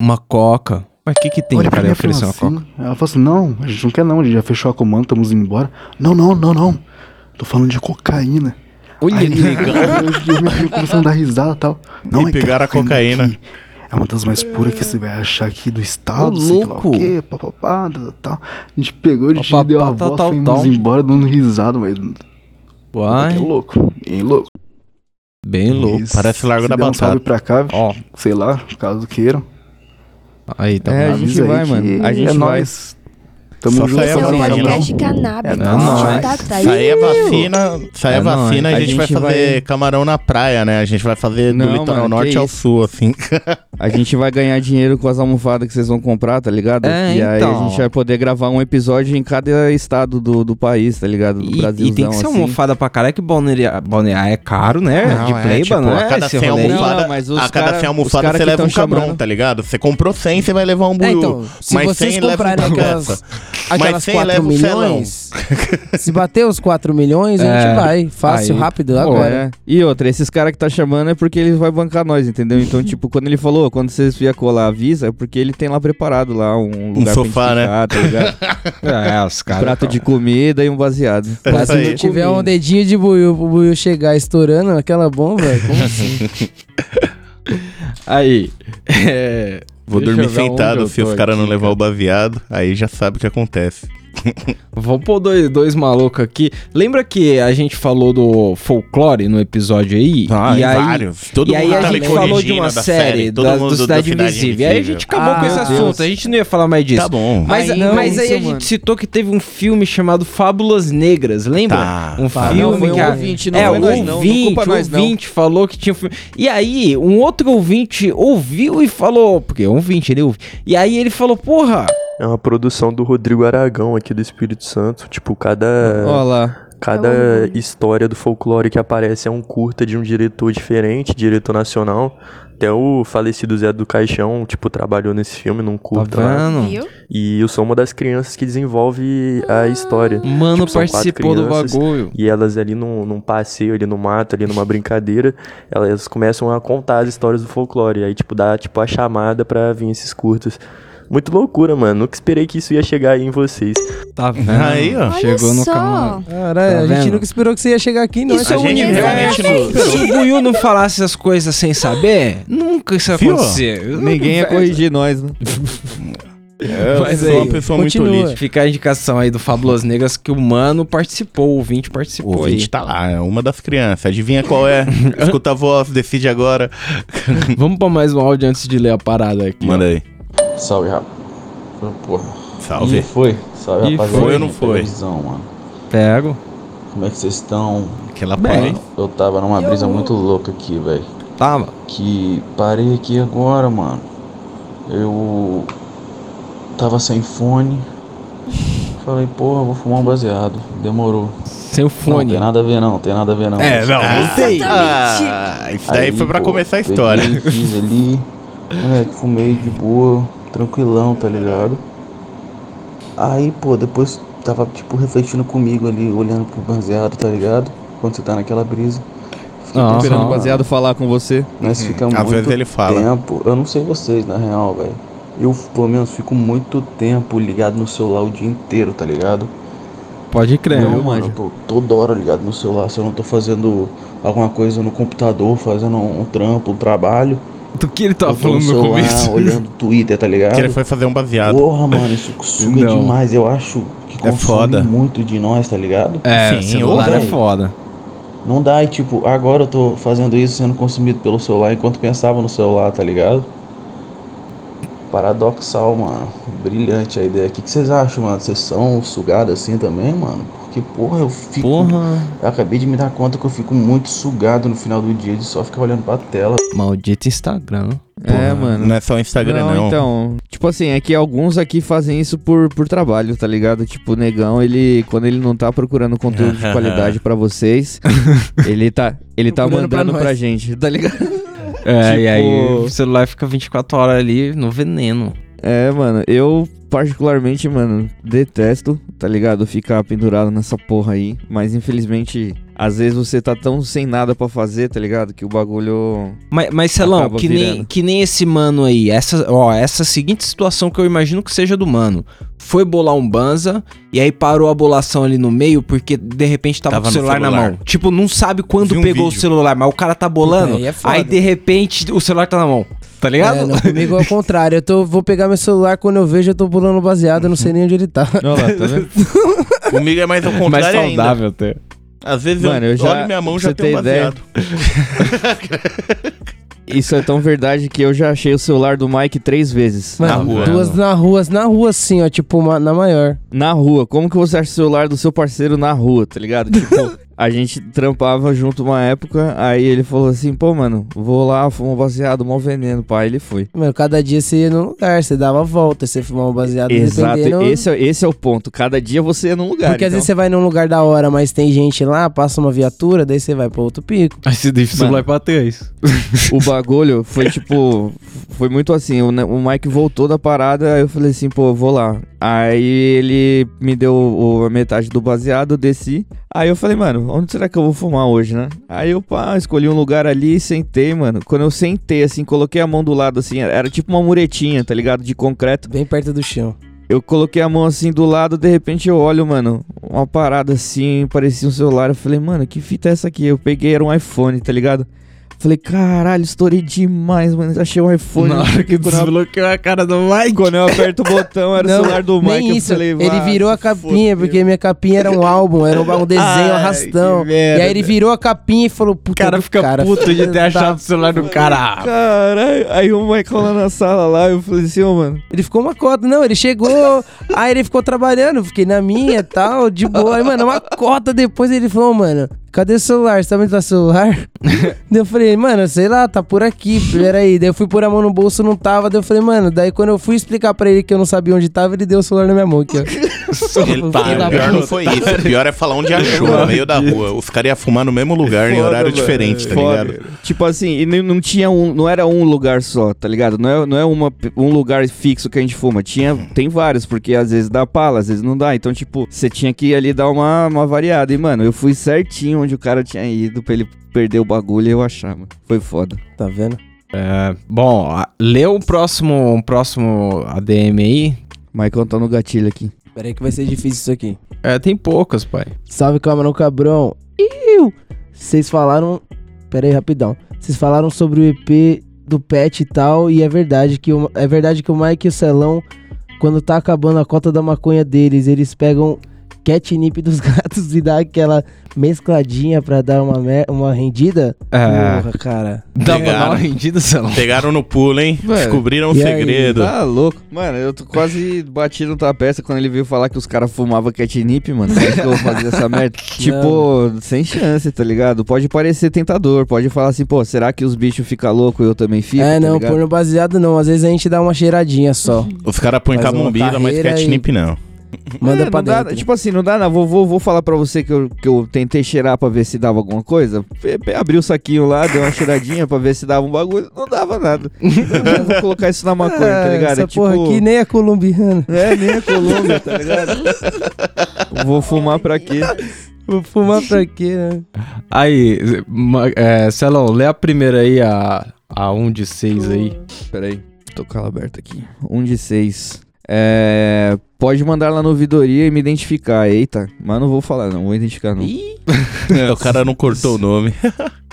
S2: Uma coca. Mas o que, que tem
S18: Olha pra
S2: pra
S18: mim
S2: ele
S18: e falou
S2: oferecer uma
S18: assim,
S2: coca?
S18: Ela falou assim: não, a gente não quer não, a gente já fechou a comanda, estamos indo embora. Não, não, não, não. Tô falando de cocaína.
S2: Olha
S18: que legal. Eu, eu, eu, eu começando a dar risada e tal. Não, é que
S3: pegaram a cocaína.
S18: aqui É uma das mais puras que você vai achar aqui do estado,
S2: Ô,
S18: sei
S2: louco.
S18: lá o quê, papapá, tal, tal. A gente
S6: tá,
S18: pegou, a gente
S2: Papapá,
S18: deu a
S2: tal,
S18: volta,
S2: tal,
S18: fomos
S2: tal.
S18: embora dando risada, mas...
S2: Uai.
S18: É louco, é louco.
S2: Bem louco.
S3: Parece Largo
S18: Se
S3: da
S18: der um
S3: Batata.
S18: salve pra cá, sei lá, caso queiram.
S2: Aí, tá
S6: É, a
S2: bom.
S6: gente
S18: Avisa aí
S6: vai,
S18: que
S6: mano. A gente
S18: é
S6: vai.
S18: nóis. Tamo
S3: Só
S18: junto.
S3: sair a
S5: um
S18: tamo
S3: vacina,
S18: junto.
S3: não.
S18: É
S3: É
S18: nóis.
S3: nóis.
S5: Tá,
S12: é
S5: é
S3: Sair a vacina, sair a
S6: É nóis.
S3: vacina a
S6: A
S3: gente vai
S6: gente vai-
S3: fazer camarão na praia, né? A gente vai fazer do
S6: Não,
S3: litoral
S6: mano,
S3: norte
S6: que
S3: ao
S6: isso.
S3: sul, assim.
S6: A gente vai ganhar dinheiro com as almofadas que vocês vão comprar, tá ligado?
S2: É,
S6: e aí
S2: então.
S6: a gente vai poder gravar um episódio em cada estado do, do país, tá ligado? Do assim.
S2: E,
S6: Brasil.
S2: e tem que ser almofada pra caralho, que balneário, balneário é caro, né?
S3: assim. Não,
S2: de
S3: é,
S2: pleiba,
S3: tipo,
S2: não é?
S3: a cada
S2: esse
S3: 100
S2: rolê aí.
S3: almofadas,
S6: Não, mas os
S3: a cada
S6: cara-
S3: 100
S6: os
S3: almofadas
S6: cara
S3: você
S6: que
S3: leva um
S6: tão
S3: cabrão,
S6: chamando-
S3: tá ligado? Você comprou 100, você vai levar um
S4: É,
S3: buiú.
S4: então, se
S3: mas
S4: vocês
S3: 100 leva um
S4: comprarem aquelas-
S3: cabeça.
S4: Aquelas
S3: mas 100
S4: 4
S3: leva um celão.
S4: milhões. se bater os 4 milhões, a gente vai. Fácil,
S6: É, Aí,
S4: rápido,
S6: pô,
S4: agora.
S6: é. E outra, esses caras que tá chamando é porque ele vai bancar nós, entendeu? Então, tipo, quando ele falou, quando vocês vier colar, avisa, é porque ele tem lá preparado lá um lugar
S3: sofá, né?
S6: pra gente ficar, tá ligado?
S2: É, os caras.
S6: Prato de comida e um baseado.
S3: Tá
S4: Mas se não tiver um dedinho de buiu pro buiu chegar estourando aquela bomba, como assim?
S2: Aí. é,
S3: Vou
S2: deixa eu
S3: dormir
S2: ver onde eu
S3: sentado se
S2: tô
S3: os caras não
S2: aqui.
S3: levar o baseado, aí já sabe o que acontece.
S2: Vou pôr dois, dois malucos aqui. Lembra que a gente falou do folclore no episódio aí?
S3: Ah,
S2: e
S3: e
S2: aí,
S3: vários. Todo
S2: e aí
S3: mundo
S2: a
S3: tá
S2: gente
S3: me
S2: falou de uma
S3: corrigindo da
S2: série,
S3: série, todo
S2: da,
S3: mundo do
S2: do Cidade
S3: Cidade
S2: Invisível. Aí a gente
S4: Ah,
S2: acabou com esse
S4: meu
S2: assunto,
S4: Deus.
S2: a gente não ia falar mais disso.
S3: Tá bom.
S2: Mas,
S4: Aí não,
S2: mas aí
S4: isso, é
S2: a gente
S4: mano.
S2: citou que teve um filme chamado Fábulas Negras, lembra?
S3: Tá.
S2: um
S4: Tá,
S2: filme
S4: não, foi um
S2: que a-
S4: ouvinte, não
S2: é,
S4: foi
S2: um
S4: nós, não, não
S2: ouvinte,
S4: culpa nós, não.
S2: ouvinte falou que tinha um filme. E aí, um outro ouvinte ouviu e falou, porque é um ouvinte, ele ouve. E aí ele falou, porra,
S14: É uma produção do Rodrigo Aragão aqui do Espírito Santo. Tipo, cada.
S6: Olha lá.
S7: É
S14: Cada
S7: um-
S14: história do folclore que aparece é um curta de um diretor diferente, diretor nacional. Até o falecido Zé do Caixão, tipo, trabalhou nesse filme, num curta
S2: Tá
S14: lá.
S2: vendo?
S5: Viu?
S14: E eu sou uma das crianças que desenvolve a história.
S2: Mano,
S14: Tipo, são quatro
S2: participou do
S14: crianças
S2: bagulho.
S14: E elas ali num, num passeio, ali no mato, ali numa brincadeira, elas começam a contar as histórias do folclore. Aí, tipo, dá tipo a chamada pra vir esses curtos. Muito loucura, mano. Nunca esperei que isso ia chegar aí em vocês.
S2: Tá vendo?
S3: Aí,
S4: Ah,
S3: ó.
S5: Olha
S2: Chegou no
S5: só.
S2: camarão.
S4: Caralho,
S2: Tá
S4: a gente
S2: vendo?
S4: nunca esperou que você ia chegar aqui, não.
S2: Isso é o
S3: A gente
S2: universo.
S3: realmente não-
S2: Se o
S4: tá
S2: Buiu não falasse as coisas sem saber, nunca isso ia
S3: Fio,
S2: acontecer. Eu não-
S6: Ninguém ia corrigir nós, né?
S3: É, Eu
S2: Mas
S3: sou
S2: aí,
S3: uma pessoa
S4: continua.
S3: muito lítica.
S2: Fica a indicação aí do Fabulas Negras que o mano participou, o ouvinte
S3: O
S2: participou.
S3: ouvinte tá lá, é uma das crianças. Adivinha qual é? Escuta a voz, decide agora.
S2: aí. Vamos pra mais um áudio antes de ler a parada aqui.
S3: Manda aí.
S17: Salve, rapaz. Porra.
S3: Salve.
S17: Ih, foi? Salve,
S2: Ih,
S17: rapaziada.
S2: foi ou
S3: não foi?
S17: Televisão, mano.
S2: Pego.
S17: Como é que vocês estão?
S3: Aquela
S2: Bem.
S3: paz.
S17: Eu tava numa brisa muito louca aqui, velho.
S2: Tá, mano.
S17: Que parei aqui agora, mano. Eu tava sem fone. Falei, porra, vou fumar um baseado. Demorou.
S2: Sem o
S17: Não,
S2: fone.
S17: tem nada a ver não, tem nada a ver não.
S3: É, não, não tem.
S5: Exatamente.
S3: Ah, isso daí foi pra
S17: pô,
S3: começar a
S17: peguei,
S3: história.
S17: Fiz ali, moleque, fumei de boa, tranquilão, tá ligado? Aí, pô, depois tava, tipo, refletindo comigo ali, olhando pro baseado, tá ligado? Quando você tá naquela brisa. Fiquei
S2: Aham.
S6: Esperando
S17: pensando,
S6: o baseado falar com você.
S17: Nós ficamos
S3: Uhum. Às
S17: muito
S3: vezes ele fala.
S17: tempo, eu não sei vocês, na real, velho. Eu, pelo menos, fico muito tempo ligado no celular o dia inteiro, tá ligado?
S2: Pode crer.
S17: Não,
S2: viu?
S17: mano, eu tô toda hora ligado no celular. Se eu não tô fazendo alguma coisa no computador, fazendo um trampo, um trabalho.
S2: Do que ele
S17: eu
S2: tava
S17: tô tá no
S2: tá falando no
S17: celular,
S2: começo?
S17: olhando Twitter, tá ligado?
S3: Que ele foi fazer um baseado.
S17: Porra, mano, isso suga
S2: Não.
S17: demais. Eu acho que
S3: É
S17: consome
S3: foda.
S17: muito de nós, tá ligado?
S2: É,
S3: Sim,
S2: celular
S17: ô,
S2: é
S17: velho.
S2: foda.
S17: Não dá, e tipo, agora eu tô fazendo isso sendo consumido pelo celular enquanto pensava no celular, tá ligado? Paradoxal, mano. Brilhante a ideia. O que, que vocês acham, mano? Vocês são sugados assim também, mano? Porque, porra, eu fico.
S2: Porra.
S17: Eu acabei de me dar conta que eu fico muito sugado no final do dia de só ficar olhando pra tela.
S2: Maldito Instagram.
S6: É, mano.
S3: Não é só o Instagram, não.
S6: então. Tipo assim, é que alguns aqui fazem isso por, por trabalho, tá ligado? Tipo, o negão, ele. Quando ele não tá procurando conteúdo de qualidade pra vocês, ele tá. Ele tá
S2: Procurando pra
S6: mandando pra,
S2: nós.
S6: gente, tá ligado?
S2: É, e aí o celular fica 24 horas ali no veneno.
S6: É, mano, eu particularmente, mano, detesto, tá ligado? Ficar pendurado nessa porra aí. Mas infelizmente, às vezes você tá tão sem nada pra fazer, tá ligado? Que o bagulho.
S2: Mas, mas Celão,
S6: Acaba
S2: que
S6: virando.
S2: nem, que nem esse mano aí, essa, ó, essa seguinte situação que eu imagino que seja do mano. Foi bolar um banza e aí parou a bolação ali no meio porque de repente tava,
S3: Tava
S2: com o
S3: no
S2: celular, na
S3: celular.
S2: mão. Tipo, não sabe quando
S3: Vi um
S2: pegou
S3: vídeo.
S2: o celular, mas o cara tá bolando,
S4: Aí
S2: aí,
S4: é foda.
S2: de repente o celular tá na mão. Tá ligado?
S4: É, não, comigo é o contrário. Eu tô, vou pegar meu celular, quando eu vejo, eu tô pulando baseado, eu não sei nem onde ele tá.
S3: Comigo é mais ao contrário ainda.
S2: até.
S3: Às vezes
S6: Mano, eu
S3: eu,
S6: já-
S3: olho minha mão
S6: pra
S3: já
S6: você
S3: tem um
S6: ter ideia,
S3: baseado.
S6: Isso é tão verdade que eu já achei o celular do Mike três vezes.
S4: Mano, duas na rua, na rua assim, ó, tipo, uma- na maior.
S6: Na rua, como que você acha o celular do seu parceiro na rua, tá ligado? Tipo, a gente trampava junto uma época, aí ele falou assim, pô, mano, vou lá, fumo um baseado, mó veneno, pai, ele foi.
S4: Mano, cada dia você ia num lugar, você dava a volta, você fumava um baseado
S6: Exato,
S4: dependendo-
S6: esse é, esse é o ponto. Cada dia você é num lugar.
S4: Porque às
S6: então.
S4: vezes você vai num lugar da hora, mas tem gente lá, passa uma viatura, daí você vai pra outro pico.
S2: Aí você deixa o
S6: celular
S2: pra
S3: é
S2: trás.
S6: o bagulho foi tipo. Foi muito assim. O, Ne- o Mike voltou da parada, aí eu falei assim, pô, eu vou lá. Aí ele me deu o- a metade do baseado, eu desci. Aí eu falei, mano, onde será que eu vou fumar hoje, né? Aí eu, pá, escolhi um lugar ali e sentei, mano. Quando eu sentei, assim, coloquei a mão do lado, assim, era tipo uma muretinha, tá ligado? De concreto.
S4: Bem perto do chão.
S6: Eu coloquei a mão assim do lado, de repente eu olho, mano, uma parada assim, parecia um celular. Eu falei, mano, que fita é essa aqui? Eu peguei, era um iPhone, tá ligado? Falei, caralho, estourei demais, mano. Achei um
S4: é
S6: iPhone.
S2: Na hora que
S6: Quando eu-
S2: desbloqueou a cara do Mike.
S6: Quando eu aperto o botão, era o celular do Mike.
S4: Nem
S6: eu
S4: isso.
S6: falei,
S4: ele
S6: "Vá,
S4: virou a
S6: se foda."
S4: capinha, porque minha capinha era um álbum, era um, um desenho, um
S6: Ai,
S4: arrastão.
S6: que merda.
S4: e aí ele virou a capinha e falou, puta, cara fica cara,
S2: puto de ter
S4: filha da
S2: achado o celular do cara.
S6: Ah, Caralho, aí o Michael lá na sala lá, eu falei assim, ô mano.
S4: Ele ficou uma cota, não, ele chegou, aí ele ficou trabalhando, fiquei na minha e tal, de boa. Aí, mano, uma cota depois ele falou, mano, cadê o celular? Você também tá celular? daí eu falei, mano, sei lá, tá por aqui, peraí. Daí eu fui pôr a mão no bolso, não tava. Daí eu falei, mano, daí quando eu fui explicar pra ele que eu não sabia onde tava, ele deu o celular na minha mão aqui, ó.
S3: Ele tá,
S4: Filho da
S3: o pior não
S4: puta.
S3: foi isso. O pior é falar onde achou, no meio da rua. Os caras iam fumar no mesmo lugar, em
S6: Foda,
S3: horário
S6: mano.
S3: diferente, tá
S6: Foda.
S3: ligado?
S6: Tipo assim, e nem- não tinha um, não era um lugar só, tá ligado? Não é, não é uma, um lugar fixo que a gente fuma. Tinha, tem vários, porque às vezes dá pala, às vezes não dá. Então, tipo, você tinha que ir ali dar uma, uma variada. E, mano, eu fui certinho onde o cara tinha ido pra ele perder o bagulho e eu achar, mano. Foi foda.
S4: Tá vendo?
S2: É, bom, a- lê um próximo, um próximo ADM aí.
S6: Michael tá no gatilho aqui.
S4: Peraí que vai ser difícil isso aqui.
S2: É, tem poucas, pai.
S4: Salve, camarão cabrão. Iu! Vocês falaram. Pera aí, rapidão. Vocês falaram sobre o EP do Pet e tal, e é verdade que o, é verdade que o Mike e o Celão, quando tá acabando a cota da maconha deles, eles pegam catnip dos gatos e dá aquela mescladinha pra dar uma, mer- uma rendida.
S2: É.
S4: Porra, cara. É,
S2: Dá uma- dá uma rendida, Celão.
S3: Pegaram no pulo, hein?
S6: Mano,
S3: Descobriram o
S6: e aí?
S3: segredo.
S2: Ah,
S6: Tá louco. Mano, eu tô quase bati no tapete quando ele veio falar que os caras fumavam catnip, mano. Como é que eu vou fazer essa merda? tipo, sem chance, tá ligado? Pode parecer tentador, pode falar assim, pô, será que os bichos ficam loucos e eu também fico?
S4: é, não,
S6: tá
S4: por no baseado não. Às vezes a gente dá uma cheiradinha só.
S3: Os caras põem
S4: Faz uma
S3: camombila, mas
S4: carreira
S3: catnip
S4: e-
S3: não.
S4: Manda
S6: é,
S4: pra
S6: não dá,
S4: dentro.
S6: tipo assim, não dá, não. Vou, vou, vou falar pra você que eu, que eu tentei cheirar pra ver se dava alguma coisa. Pe- pe- Abri o saquinho lá, dei uma cheiradinha pra ver se dava um bagulho. Não dava nada. Eu vou colocar isso na maconha, tá
S4: É,
S6: ligado?
S4: Essa
S6: É
S4: porra
S6: tipo-
S4: aqui nem é colombiana.
S6: É, nem a Colômbia, tá ligado? Vou fumar pra quê?
S4: Vou fumar pra quê, né?
S2: Aí, ma- é, Celão, lê a primeira aí, a, a 1 de 6 aí.
S6: Peraí, tô com ela aberta aqui. Um de seis. É, pode mandar lá no Vidoria e me identificar. Eita, mas não vou falar, não. Vou identificar, não.
S3: É, o cara não cortou o nome.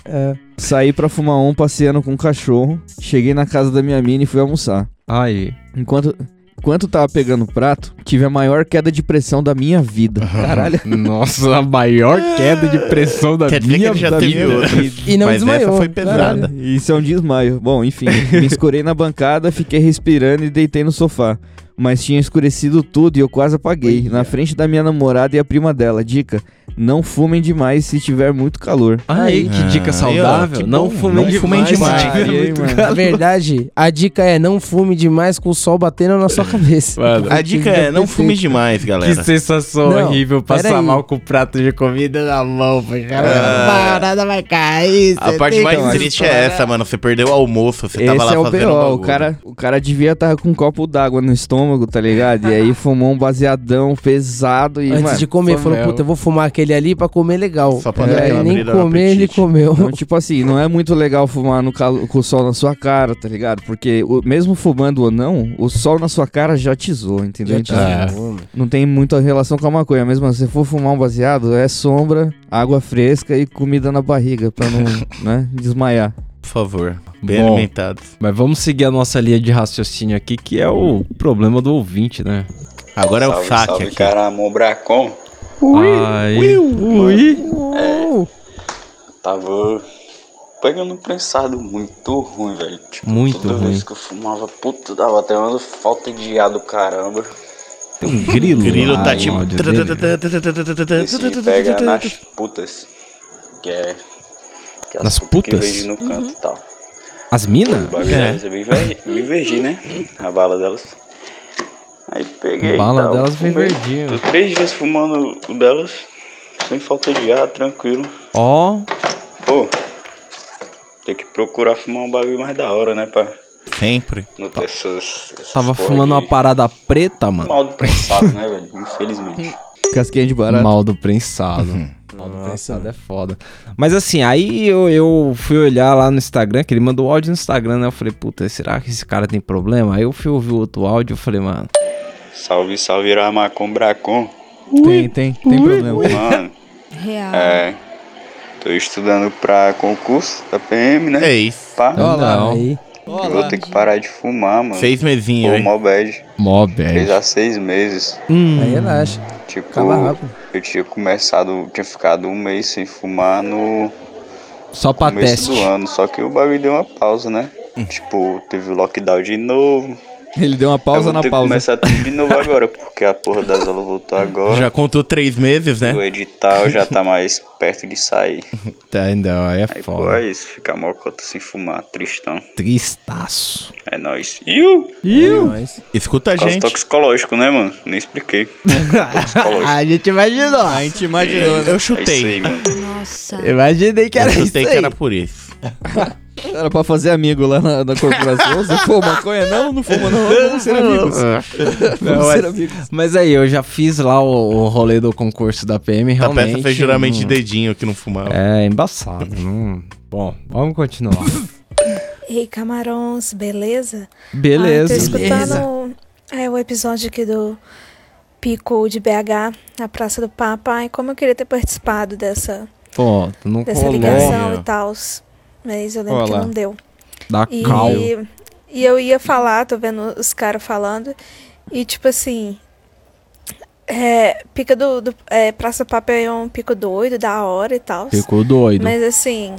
S6: É. Saí pra fumar um passeando com um cachorro. Cheguei na casa da minha mina e fui almoçar.
S2: Aí.
S6: Enquanto, enquanto eu tava pegando o prato, tive a maior queda de pressão da minha vida. Caralho.
S2: Nossa, a maior
S6: Ah.
S2: queda de pressão da
S6: Quer dizer que
S2: minha
S6: ele já
S2: da
S6: teve
S2: minha-
S6: outra.
S4: E não Mas essa desmaiou. foi
S6: Caralho.
S4: pesada.
S6: Isso é um desmaio. Bom, enfim, me escorei na bancada, fiquei respirando e deitei no sofá. Mas tinha escurecido tudo e eu quase apaguei.
S4: é.
S6: Na frente da minha namorada e a prima dela. Dica: não fumem demais se tiver muito calor.
S2: Aí, que dica saudável.
S4: Tipo,
S2: não fumem
S6: não fumem demais.
S2: demais. se tiver muito
S4: mano. Na
S2: calor.
S4: verdade, a dica é não fume demais com o sol batendo na sua cabeça.
S3: A dica é, não fume demais, galera.
S2: Que sensação
S4: Não,
S2: horrível passar
S4: peraí.
S2: mal com o prato de comida na mão, foi
S3: Ah.
S2: Nada vai cair.
S3: A
S2: cê
S3: parte
S2: tem
S3: mais
S4: Então,
S2: que
S3: triste
S6: né?
S3: é essa, mano. Você perdeu o almoço, você tava
S6: Esse
S3: lá
S6: é o
S3: fazendo
S6: B.O. O
S3: bagulho.
S6: cara, o cara devia estar com um copo d'água no estômago, tá ligado? E aí fumou um baseadão pesado e.
S4: Antes
S6: mano,
S4: de comer,
S6: foi
S2: É,
S4: falou,
S6: mesmo.
S4: puta, eu vou fumar aquele ali pra comer legal. Só
S6: pra dar aquela
S4: É, nem
S6: abrida no
S4: comer, ele comeu.
S6: Então, tipo assim, não é muito legal fumar no calo- com o sol na sua cara, tá ligado? Porque o- mesmo fumando ou não, o sol na sua cara já te zoa, entendeu?
S4: Já te
S6: Então,
S4: zoou, mano.
S6: Não tem muita relação com a maconha. Mesmo se você for fumar um baseado, é sombra, água fresca e comida na barriga pra não né, desmaiar.
S3: Por favor, bem
S6: Bom.
S3: alimentados.
S2: Mas vamos seguir a nossa linha de raciocínio aqui, que é o problema do ouvinte, né?
S3: Agora é o
S12: salve,
S3: saque
S12: salve,
S3: aqui.
S12: cara, Mobracon.
S2: Ai.
S12: É, Tava pegando um prensado muito ruim, velho. Tipo,
S2: Muito
S12: toda
S2: ruim.
S12: vez que eu fumava, puta, dava até uma falta de ar do caramba.
S2: Tem um grilo.
S3: Grilo tá
S2: lá,
S3: tipo-
S2: o áudio dele.
S12: Esse pega nas putas. Que é. Que é
S2: Nas
S12: açúcar que
S2: putas?
S12: vende no canto
S2: Uhum.
S12: e tal.
S2: As minas?
S12: O bagulho delas é bem ver- bem verdinho, né? A bala delas. Aí peguei.
S2: A
S12: e
S2: bala
S12: tal,
S2: delas né? vem
S12: fumei.
S2: verdinha.
S12: Tô três dias fumando o delas, sem falta de ar, tranquilo.
S2: Ó.
S12: Pô, tem que procurar fumar um bagulho mais da hora, né, pá?
S3: Sempre.
S12: Não ter essas. essas
S2: Tava
S12: porra
S2: fumando
S12: de-
S2: uma parada preta, Tá. mano.
S12: Mal do prensado, né, velho? Infelizmente.
S6: Casquinha de barato.
S2: Mal do
S3: Ah,
S2: prensado.
S3: Uhum.
S2: Mal do prensado é foda. Mas assim, aí eu, eu fui olhar lá no Instagram, que ele mandou áudio no Instagram, né? Eu falei, puta, será que esse cara tem problema? Aí eu fui ouvir outro áudio e falei, mano.
S12: Salve, salve, Ramacom Bracom.
S6: Tem, tem, tem problema.
S12: Mano.
S5: Real.
S12: É. Tô estudando pra concurso da PM, né?
S3: É isso.
S12: Pá.
S3: Olha lá, aí.
S12: Eu Vou ter que parar de fumar, mano.
S3: Seis mesinhos,
S12: Pô,
S3: hein?
S12: mó bad.
S2: Mó
S12: Fez
S2: bad.
S12: há seis meses.
S2: Hum.
S4: Aí relaxa.
S12: Tipo,
S4: Acaba rápido.
S12: eu tinha começado, tinha ficado um mês sem fumar no
S2: Só pra
S12: começo
S2: teste.
S12: do ano. Só que o bagulho deu uma pausa, né? Tipo, teve o lockdown de novo.
S6: Ele deu uma pausa
S12: eu vou
S6: na
S12: ter que
S6: pausa.
S12: começar tudo de novo agora, porque a porra das aulas voltou agora.
S3: Já contou três meses, né?
S12: O edital já tá mais perto de sair.
S2: Tá, então, aí é
S12: Pô,
S2: foda.
S12: é isso, ficar mocota sem fumar, tristão.
S2: Tristaço.
S12: É nóis. Iu!
S2: Iu!
S3: Escuta a
S12: Caso
S3: gente.
S12: toxicológico, né, mano? Nem expliquei. Toxicológico.
S2: a gente imaginou. A gente
S3: imaginou, né? Eu chutei.
S12: É isso aí, mano.
S5: Nossa.
S2: Imaginei que era
S3: eu
S2: isso
S3: chutei que
S2: aí.
S3: era por isso.
S6: Era pra fazer amigo lá na, na corporação. Você fuma maconha? Não, não fuma não. Vamos ser amigos.
S2: Ah. Não,
S6: Vamos ser
S2: mas-
S6: amigos.
S2: Mas aí, eu já fiz lá o, o rolê do concurso da PM,
S3: A
S2: realmente.
S3: peça fez geralmente
S2: hum,
S3: dedinho que não fumava.
S2: É, embaçado. hum. Bom, vamos continuar.
S19: Ei, camarões, beleza?
S2: Beleza.
S19: Ah, tô escutando
S2: Beleza.
S19: é, o episódio aqui do Pico de BH, na Praça do Papa. Ai, como eu queria ter participado dessa,
S2: Pô, tu não
S19: dessa
S2: colou.
S19: ligação tá e tal. Mas eu lembro
S2: Olha
S19: que
S2: lá.
S19: não deu.
S2: Da
S19: E,
S2: cal.
S19: e eu ia falar, tô vendo os caras falando. E tipo assim. é, pica do, do é, Praça do Papa é um pico doido, da hora e tal.
S2: Ficou doido.
S19: Mas assim,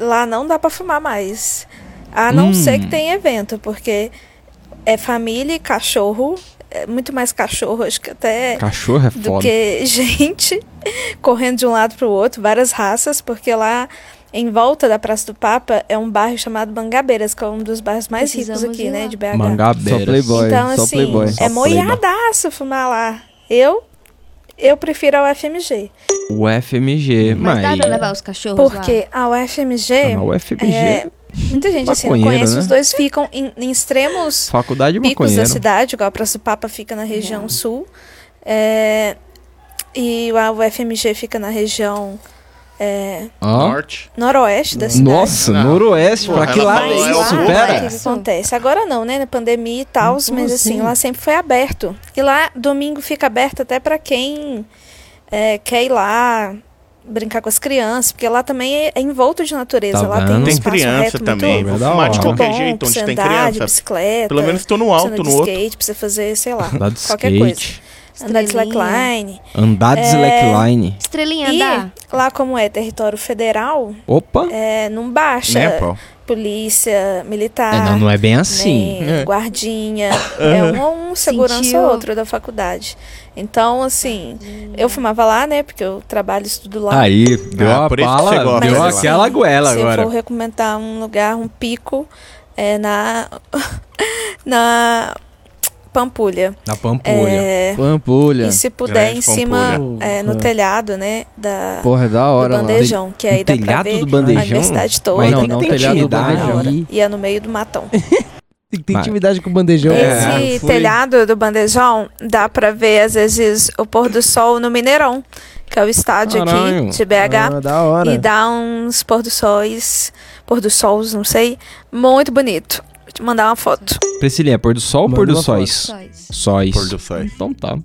S19: lá não dá pra fumar mais. A não
S2: Hum.
S19: ser que tenha evento, porque é família e cachorro. É muito mais cachorro, acho que até.
S2: Cachorro é
S19: do
S2: foda.
S19: que gente correndo de um lado pro outro, várias raças, porque lá em volta da Praça do Papa é um bairro chamado Mangabeiras, que é um dos bairros mais ricos aqui, né, de BH.
S2: Mangabeiras. Só playboy,
S19: Então,
S2: só
S19: assim,
S2: playboy. Só
S19: é
S2: playboy.
S19: moiadaço fumar lá. Eu, eu prefiro a UFMG.
S2: O FMG, mas.
S19: Mas dá pra levar
S5: Os cachorros
S19: Porque a UFMG.
S2: Ah, na UFMG,
S19: é, muita gente assim não
S2: maconheiro,
S19: conhece,
S2: né?
S19: os dois ficam em, em extremos
S2: Faculdade
S19: picos da
S2: maconheiro.
S19: cidade, igual a Praça do Papa fica na região sul. é, e a UFMG fica na região. é,
S3: Norte.
S19: Noroeste da cidade.
S2: Nossa, noroeste, pra que lado é
S19: Mas
S2: isso?
S19: lá,
S2: Pera.
S19: O que que acontece? Agora não, né? Na pandemia e tal, mas assim, lá sempre foi aberto. E lá, domingo fica aberto até pra quem é, quer ir lá brincar com as crianças, porque lá também é envolto de natureza.
S3: Tá
S19: lá
S3: vendo?
S19: tem um
S3: Tem
S19: espaço
S3: criança
S19: reto
S3: também,
S19: Muito,
S3: vou fumar de
S19: muito
S3: qualquer
S19: bom,
S3: jeito,
S19: pra
S3: onde
S19: você
S3: tem
S19: andar,
S3: criança.
S19: De bicicleta,
S3: Pelo menos tô no
S19: pra você
S3: alto,
S19: andar de
S3: no outro.
S19: skate, pra você fazer, sei lá,
S2: Andar de
S19: qualquer
S2: skate.
S19: coisa. Andar de slackline.
S2: Andar de
S19: É,
S2: slackline.
S19: Estrelinha, andar. lá como é território federal,
S2: Opa!
S19: é, não baixa
S2: Né, pô?
S19: polícia, militar.
S2: É, não, não é bem assim.
S19: nem
S2: É.
S19: Guardinha.
S2: Aham.
S19: É um, um segurança
S5: Sentiu.
S19: ou outro da faculdade. Então, assim, eu fumava lá, né? Porque eu trabalho e estudo lá.
S2: Aí, deu
S3: Ah,
S2: a
S3: por isso que
S2: bala,
S3: você gosta
S2: deu
S3: de lá.
S2: aquela goela
S19: Se
S2: agora.
S19: eu for recomendar um lugar, um pico, é na. na. Pampulha.
S2: Na Pampulha.
S19: É,
S6: Pampulha.
S19: E se puder,
S6: Grande
S19: em cima,
S6: Pampulha.
S19: é, no
S6: Porra.
S19: telhado, né? Da,
S6: Porra, é da hora
S19: do
S6: lá.
S19: bandejão, que aí
S6: No
S19: dá pra
S6: telhado
S19: ver
S6: do bandejão?
S19: a universidade toda.
S6: Mas tem que Não, ter não, o telhado do intimidade. né?
S19: Da hora.
S6: bandejão.
S19: E é no meio do matão.
S4: Tem intimidade com o bandejão.
S2: É.
S4: É,
S19: Esse telhado do bandejão dá pra ver, às vezes, o pôr do sol no Mineirão, que é o estádio
S4: Caralho.
S19: aqui de BH.
S4: Ah, da hora.
S19: E dá uns pôr do sóis, pôr do sols, não sei, muito bonito. Vou te mandar uma foto.
S2: Priscilinha, é pôr do sol ou
S19: Manda
S2: pôr do
S19: uma foto.
S2: sóis? Sóis. Pôr do sóis. Então tá.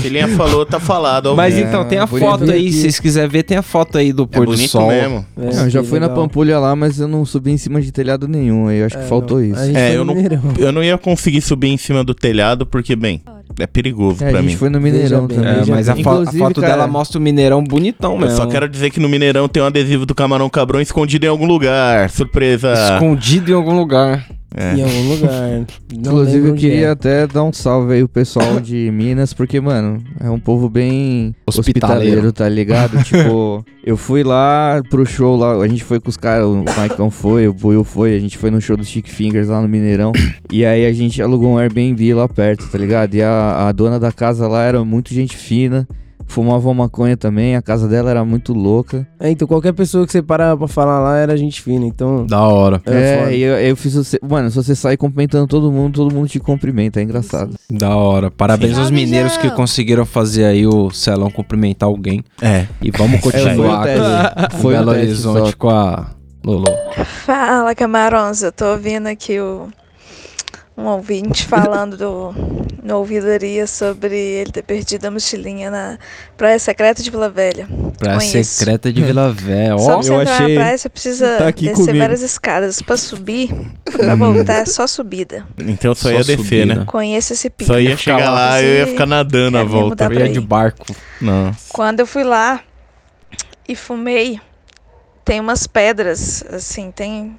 S3: Filhinha falou, tá falado. ao
S2: Mas
S6: É,
S3: vivo.
S2: então, tem a foto aí, se vocês quiserem ver, tem a foto aí do pôr do
S3: É bonito
S2: sol.
S3: mesmo.
S6: Não, eu já fui na Pampulha lá, mas eu não subi em cima de telhado nenhum. Aí eu acho que faltou isso.
S3: É, eu não, eu não ia conseguir subir em cima do telhado, porque, bem, é perigoso
S6: É, a
S3: pra
S6: gente
S3: mim.
S6: foi no Mineirão Veja também, bem.
S2: É, mas a, fo- a
S6: Inclusive,
S2: foto
S6: cara-
S2: dela mostra o Mineirão bonitão
S3: Eu
S2: mesmo.
S3: só quero dizer que no Mineirão tem um adesivo do Camarão Cabrão escondido em algum lugar. Surpresa.
S2: Escondido em algum lugar.
S3: Ah. É.
S4: Em algum lugar.
S6: Inclusive,
S4: lembro
S6: eu
S4: onde
S6: queria
S4: é.
S6: até dar um salve aí o pessoal de Minas, porque, mano, é um povo bem
S2: Hospitaleiro.
S6: hospitaleiro, tá ligado? tipo, eu fui lá pro show lá, a gente foi com os caras, o Maicon foi, o Buiu foi, a gente foi no show do Chick Fingers lá no Mineirão. e aí a gente alugou um Airbnb lá perto, tá ligado? E a, a dona da casa lá era muito gente fina, fumava uma maconha também, a casa dela era muito louca.
S4: É, então qualquer pessoa que você parava pra falar lá era gente fina, então...
S2: Da hora.
S6: É, e eu, eu fiz você. Mano, se você sair cumprimentando todo mundo, todo mundo te cumprimenta, é engraçado.
S2: Da hora. Parabéns aos mineiros que conseguiram fazer aí o Celão cumprimentar alguém.
S3: É.
S2: E vamos continuar
S6: É, foi o teste.
S2: com
S6: Foi o
S2: Belo
S6: teste
S2: Horizonte
S6: só.
S2: com a Lolo.
S19: Fala, camarões. Eu tô ouvindo aqui o, um ouvinte falando do, no ouvidoria sobre ele ter perdido a mochilinha na Praia Secreta de Vila Velha.
S2: Praia
S19: Conheço.
S2: Secreta de Vila Velha.
S19: Só
S2: Ó,
S19: pra você entrar na praia, você precisa
S2: Tá aqui
S19: descer
S2: comigo.
S19: várias escadas. Pra subir, pra voltar é só subida.
S3: Então só,
S2: Só
S3: ia descer,
S2: subida.
S3: né?
S19: Conheço esse pico.
S3: Só ia
S19: Ficar
S3: chegar lá, eu ia
S19: Você-
S3: ficar nadando a
S19: Quero me
S3: volta.
S19: mudar pra Eu ia aí. de
S2: barco.
S3: Não.
S19: Quando eu fui lá e fumei, tem umas pedras, assim, tem.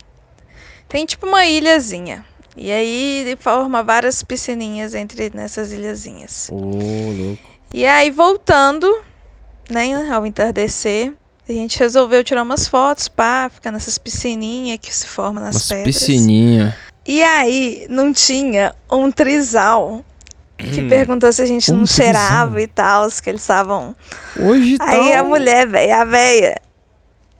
S19: Tem tipo uma ilhazinha. E aí forma várias piscininhas entre nessas ilhazinhas.
S2: Ô, louco.
S19: E aí, voltando, né, ao entardecer, a gente resolveu tirar umas fotos, pá, ficar nessas piscininhas que se formam nas
S2: Umas
S19: pedras.
S2: piscininha.
S19: E aí, não tinha um trisal que
S2: Hum.
S19: perguntou se a gente
S2: Um
S19: não
S2: trisal.
S19: cheirava e tal, os que eles estavam.
S2: Hoje tá um
S19: Aí a mulher, velho, a véia.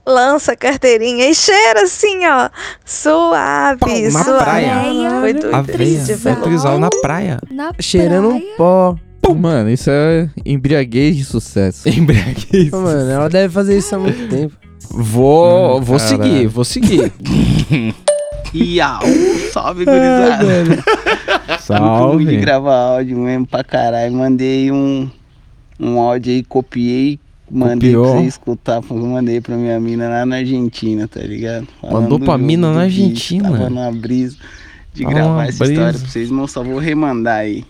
S19: Lança a carteirinha e cheira assim, ó. Suave,
S2: na
S19: suave.
S2: praia.
S19: Foi doido.
S2: A veia.
S19: velho.
S2: Trisal na praia.
S4: Cheirando um pó.
S6: Mano, isso é embriaguez de sucesso.
S2: embriaguez.
S4: Mano, ela deve fazer isso há muito tempo. Hum,
S2: Vou, vou
S6: caralho.
S2: seguir, vou seguir. Iau,
S20: salve, gurizada.
S2: Salve.
S20: Muito de gravar áudio mesmo pra caralho. Mandei um, um áudio aí, copiei, mandei
S2: Copiou.
S20: pra você escutar. Mandei pra minha mina lá na Argentina, tá ligado?
S2: Mandou pra
S20: do
S2: mina
S20: jogo
S2: na
S20: do bicho,
S2: Argentina?
S20: Tava na brisa de
S2: Ah,
S20: gravar essa
S2: brisa.
S20: história pra vocês, mas só vou remandar aí.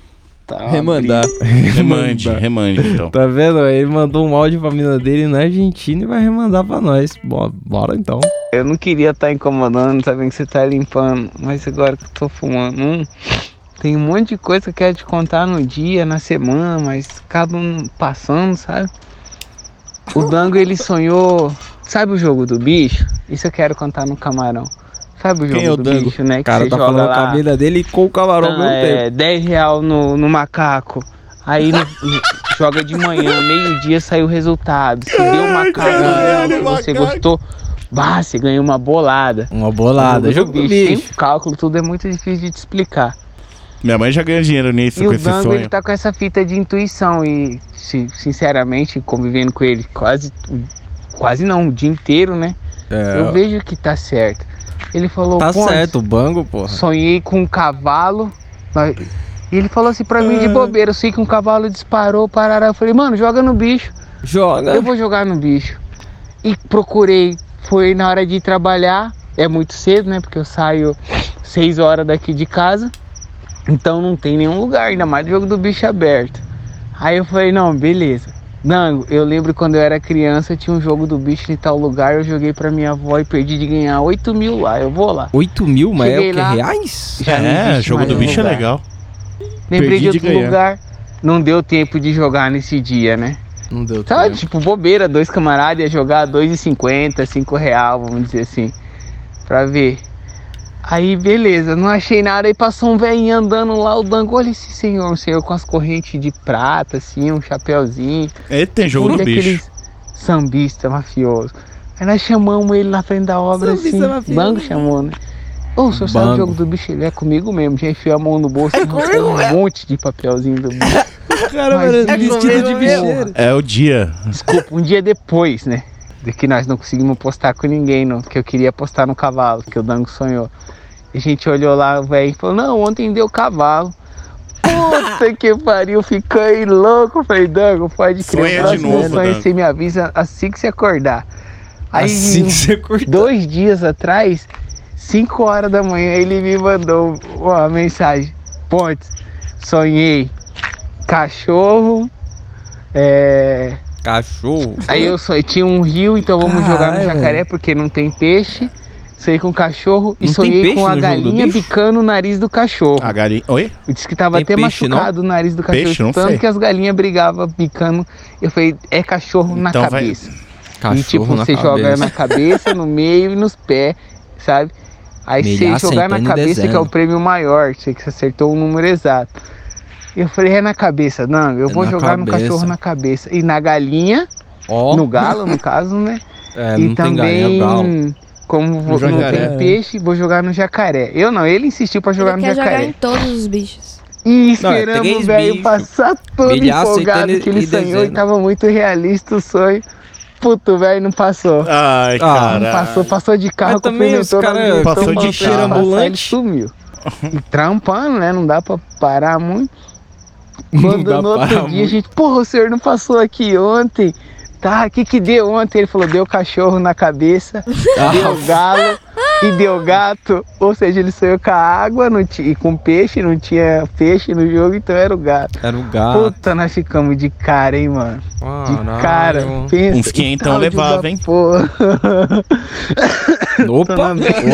S20: Tá uma
S2: Remandar.
S20: brisa.
S3: Remande, remande, então.
S2: Tá vendo? Ele mandou um áudio pra mina dele na Argentina e vai remandar pra nós. Bo- Bora então.
S20: Eu não queria estar incomodando, sabendo que você tá limpando, mas agora que eu tô fumando um, tem um monte de coisa que eu quero te contar no dia, na semana, mas acaba não passando, sabe? O Dango ele sonhou, sabe o jogo do bicho? Isso eu quero contar no camarão. Sabe o jogo
S2: Quem é o
S20: do
S2: Dango?
S20: bicho, né?
S2: O cara
S20: você
S2: tá
S20: joga
S2: falando
S20: lá,
S2: com a mina dele e com o camarão ao
S20: ah,
S2: mesmo
S20: é,
S2: tempo.
S20: 10 real no, no macaco. Aí no- no- joga de manhã, meio-dia saiu o resultado. Se deu uma cagada, se você gostou, bah, você ganhou uma bolada.
S2: Uma bolada, jogo do bicho.
S20: Tem cálculo, tudo é muito difícil de te explicar.
S3: Minha mãe já ganhou dinheiro nisso,
S20: E
S3: com
S20: o
S3: esse
S20: Dango, ele
S3: sonho.
S20: tá com essa fita de intuição e, si- sinceramente, convivendo com ele quase, quase não, o dia inteiro, né?
S2: É.
S20: Eu vejo que tá certo. Ele falou,
S2: Tá
S20: "Pontes,
S2: certo, o bango, porra.
S20: Sonhei com um cavalo. mas- E ele falou assim pra mim de bobeira. Eu sei que um cavalo disparou, parará. Eu falei, mano, joga no bicho.
S2: Joga.
S20: Eu vou jogar no bicho. e procurei. Foi na hora de ir trabalhar, é muito cedo, né? Porque eu saio 6 horas daqui de casa, então não tem nenhum lugar, ainda mais do jogo do bicho aberto. Aí eu falei, não, beleza. Não, eu lembro quando eu era criança, tinha um jogo do bicho em tal lugar, eu joguei pra minha avó e perdi de ganhar 8 mil lá, eu vou lá.
S2: 8 mil, mas é o
S20: Cheguei
S2: que?
S20: lá,
S2: Reais?
S20: já não
S3: É,
S20: existe mais o lugar. Lembrei
S2: Perdi
S20: de
S2: de
S20: outro
S2: ganhar.
S20: lugar, não deu tempo de jogar nesse dia, né?
S2: Não deu
S20: Tá, tipo, bobeira, dois camaradas ia jogar 2,50, 5 real, vamos dizer assim, pra ver. Aí, beleza, não achei nada, aí passou um velhinho andando lá, o Dango, olha esse senhor, um senhor com as correntes de prata, assim, um chapéuzinho.
S3: É, tem jogo
S20: Olha
S3: do bicho.
S20: aquele Sambista mafioso. Aí nós chamamos ele na frente da obra,
S4: Sambista
S20: assim,
S4: mafioso.
S20: o Dango chamou, né? Ô, o senhor sabe o
S4: Bango.
S20: jogo do bicho? Ele é comigo mesmo, já enfiou a mão no bolso, e comigo, um monte de papelzinho do bicho.
S2: Cara,
S20: Mas
S2: mano,
S20: é
S2: vestido
S20: comigo
S2: de
S20: mesmo.
S2: bicheiro.
S3: É o dia.
S20: Desculpa, um dia depois, né? De que nós não conseguimos postar com ninguém, não, porque eu queria postar no cavalo, que o Dango sonhou. E a gente olhou lá, o velho, e falou, não, ontem deu cavalo. Puta que pariu, fiquei louco. Eu Falei, Dango, pode crer.
S4: Sonha de
S20: próximo
S4: novo,
S20: sonho
S4: Dango.
S20: Você me avisa assim que você acordar. Aí,
S4: Assim que você
S20: dois dias atrás, 5 horas da manhã, ele me mandou uma mensagem. Pontes, sonhei. Cachorro. É...
S2: Cachorro.
S20: Aí eu só tinha um rio, então vamos jogar no
S2: Caralho,
S20: jacaré
S2: velho.
S20: porque não tem peixe. Sonhei com cachorro e
S2: Não tem
S20: sonhei
S2: peixe
S20: com a
S2: no jogo do
S20: galinha
S2: bicho?
S20: picando o nariz do cachorro.
S3: A galinha. Oi?
S20: Diz que tava
S2: Tem
S20: até
S2: peixe, não?
S20: machucado o nariz do cachorro.
S2: Peixe, não
S20: tanto
S2: sei.
S20: que as galinhas brigavam picando. Eu falei, é cachorro na
S2: Então vai-
S20: cabeça.
S2: Cachorro
S20: e tipo,
S2: na
S20: você joga
S2: cabeça.
S20: na cabeça, no meio e nos pés, sabe? Aí
S2: Melhor
S20: você jogar na
S2: sentando e
S20: cabeça, que é o
S2: desenho.
S20: prêmio maior, você que você acertou o número exato. Eu falei, é na cabeça, não, eu
S2: É
S20: vou
S2: na
S20: jogar no
S2: cabeça.
S20: cachorro na cabeça. E na galinha,
S2: Ó.
S20: no galo, no caso, né?
S2: É,
S20: e
S2: não tem galinha,
S20: também,
S2: é galo.
S20: como vou, não
S2: jacaré.
S20: tem peixe, vou jogar no jacaré. Eu não, ele insistiu pra jogar
S5: Ele
S20: no
S5: quer
S20: jacaré.
S5: jogar em todos os bichos.
S20: E
S5: Não, é
S20: esperamos o
S5: três
S20: velho
S5: bichos.
S20: passar todo
S5: Milhar,
S20: empolgado
S5: aceitando
S20: que ele
S5: e
S20: sonhou e
S5: dezena.
S20: tava muito realista o sonho. Puto, velho, não passou.
S3: Ai,
S20: Não
S3: cara.
S20: passou, passou de carro,
S2: Mas também
S20: cumprimentou,
S2: os
S20: não
S2: cara
S20: gritou,
S2: passou de
S20: mandou
S2: cheiro
S20: passar,
S2: ambulante.
S20: Ele sumiu. E trampando, né? Não dá pra parar muito.
S2: Não
S20: Quando
S2: dá
S20: no outro
S2: pra
S20: dia
S2: parar
S20: a
S2: muito.
S20: gente, porra, o senhor não passou aqui ontem. Tá, o que que deu ontem? Ele falou, deu cachorro na cabeça,
S2: Ah.
S20: deu galo e deu gato. Ou seja, ele sonhou com a água não ti- e com peixe, não tinha peixe no jogo, então era o gato.
S2: Era o gato.
S20: Puta, nós ficamos de cara, hein, mano.
S2: Caralho.
S20: De cara, pensa.
S2: Ah, Uns quinhentão
S20: áudio
S2: levava,
S20: da
S2: hein?
S20: Porra.
S2: Opa,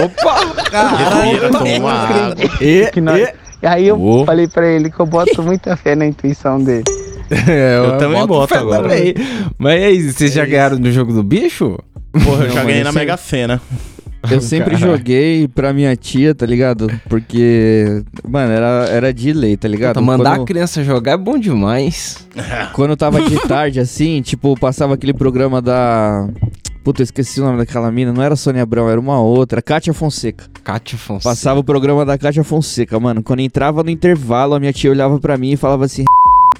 S2: opa, Ah,
S20: Caralho,
S3: tomara.
S2: É
S20: que nós... E aí eu
S2: Ô.
S20: falei pra ele que eu boto muita fé na intuição dele.
S2: É,
S3: Eu também boto
S2: fé
S3: agora.
S2: também. Mas é isso, vocês já ganharam no jogo do bicho?
S3: Porra,
S6: Não,
S3: eu já
S6: mas
S3: ganhei
S6: eu
S3: na
S6: sempre-
S3: Mega
S6: né?
S3: Sena.
S6: Eu sempre
S3: Caralho.
S6: joguei pra minha tia, tá ligado? Porque, mano, era, era de lei, tá ligado?
S2: Puta, mandar
S6: Quando-
S2: a criança jogar é bom demais.
S6: Quando eu tava de tarde, assim, tipo, passava aquele programa da. Puta, eu esqueci o nome daquela mina. Não era Sônia Abrão, era uma outra. Kátia Fonseca.
S2: Kátia Fonseca.
S6: Passava o programa da Kátia Fonseca, mano. Quando entrava no intervalo, a minha tia olhava pra mim e falava assim.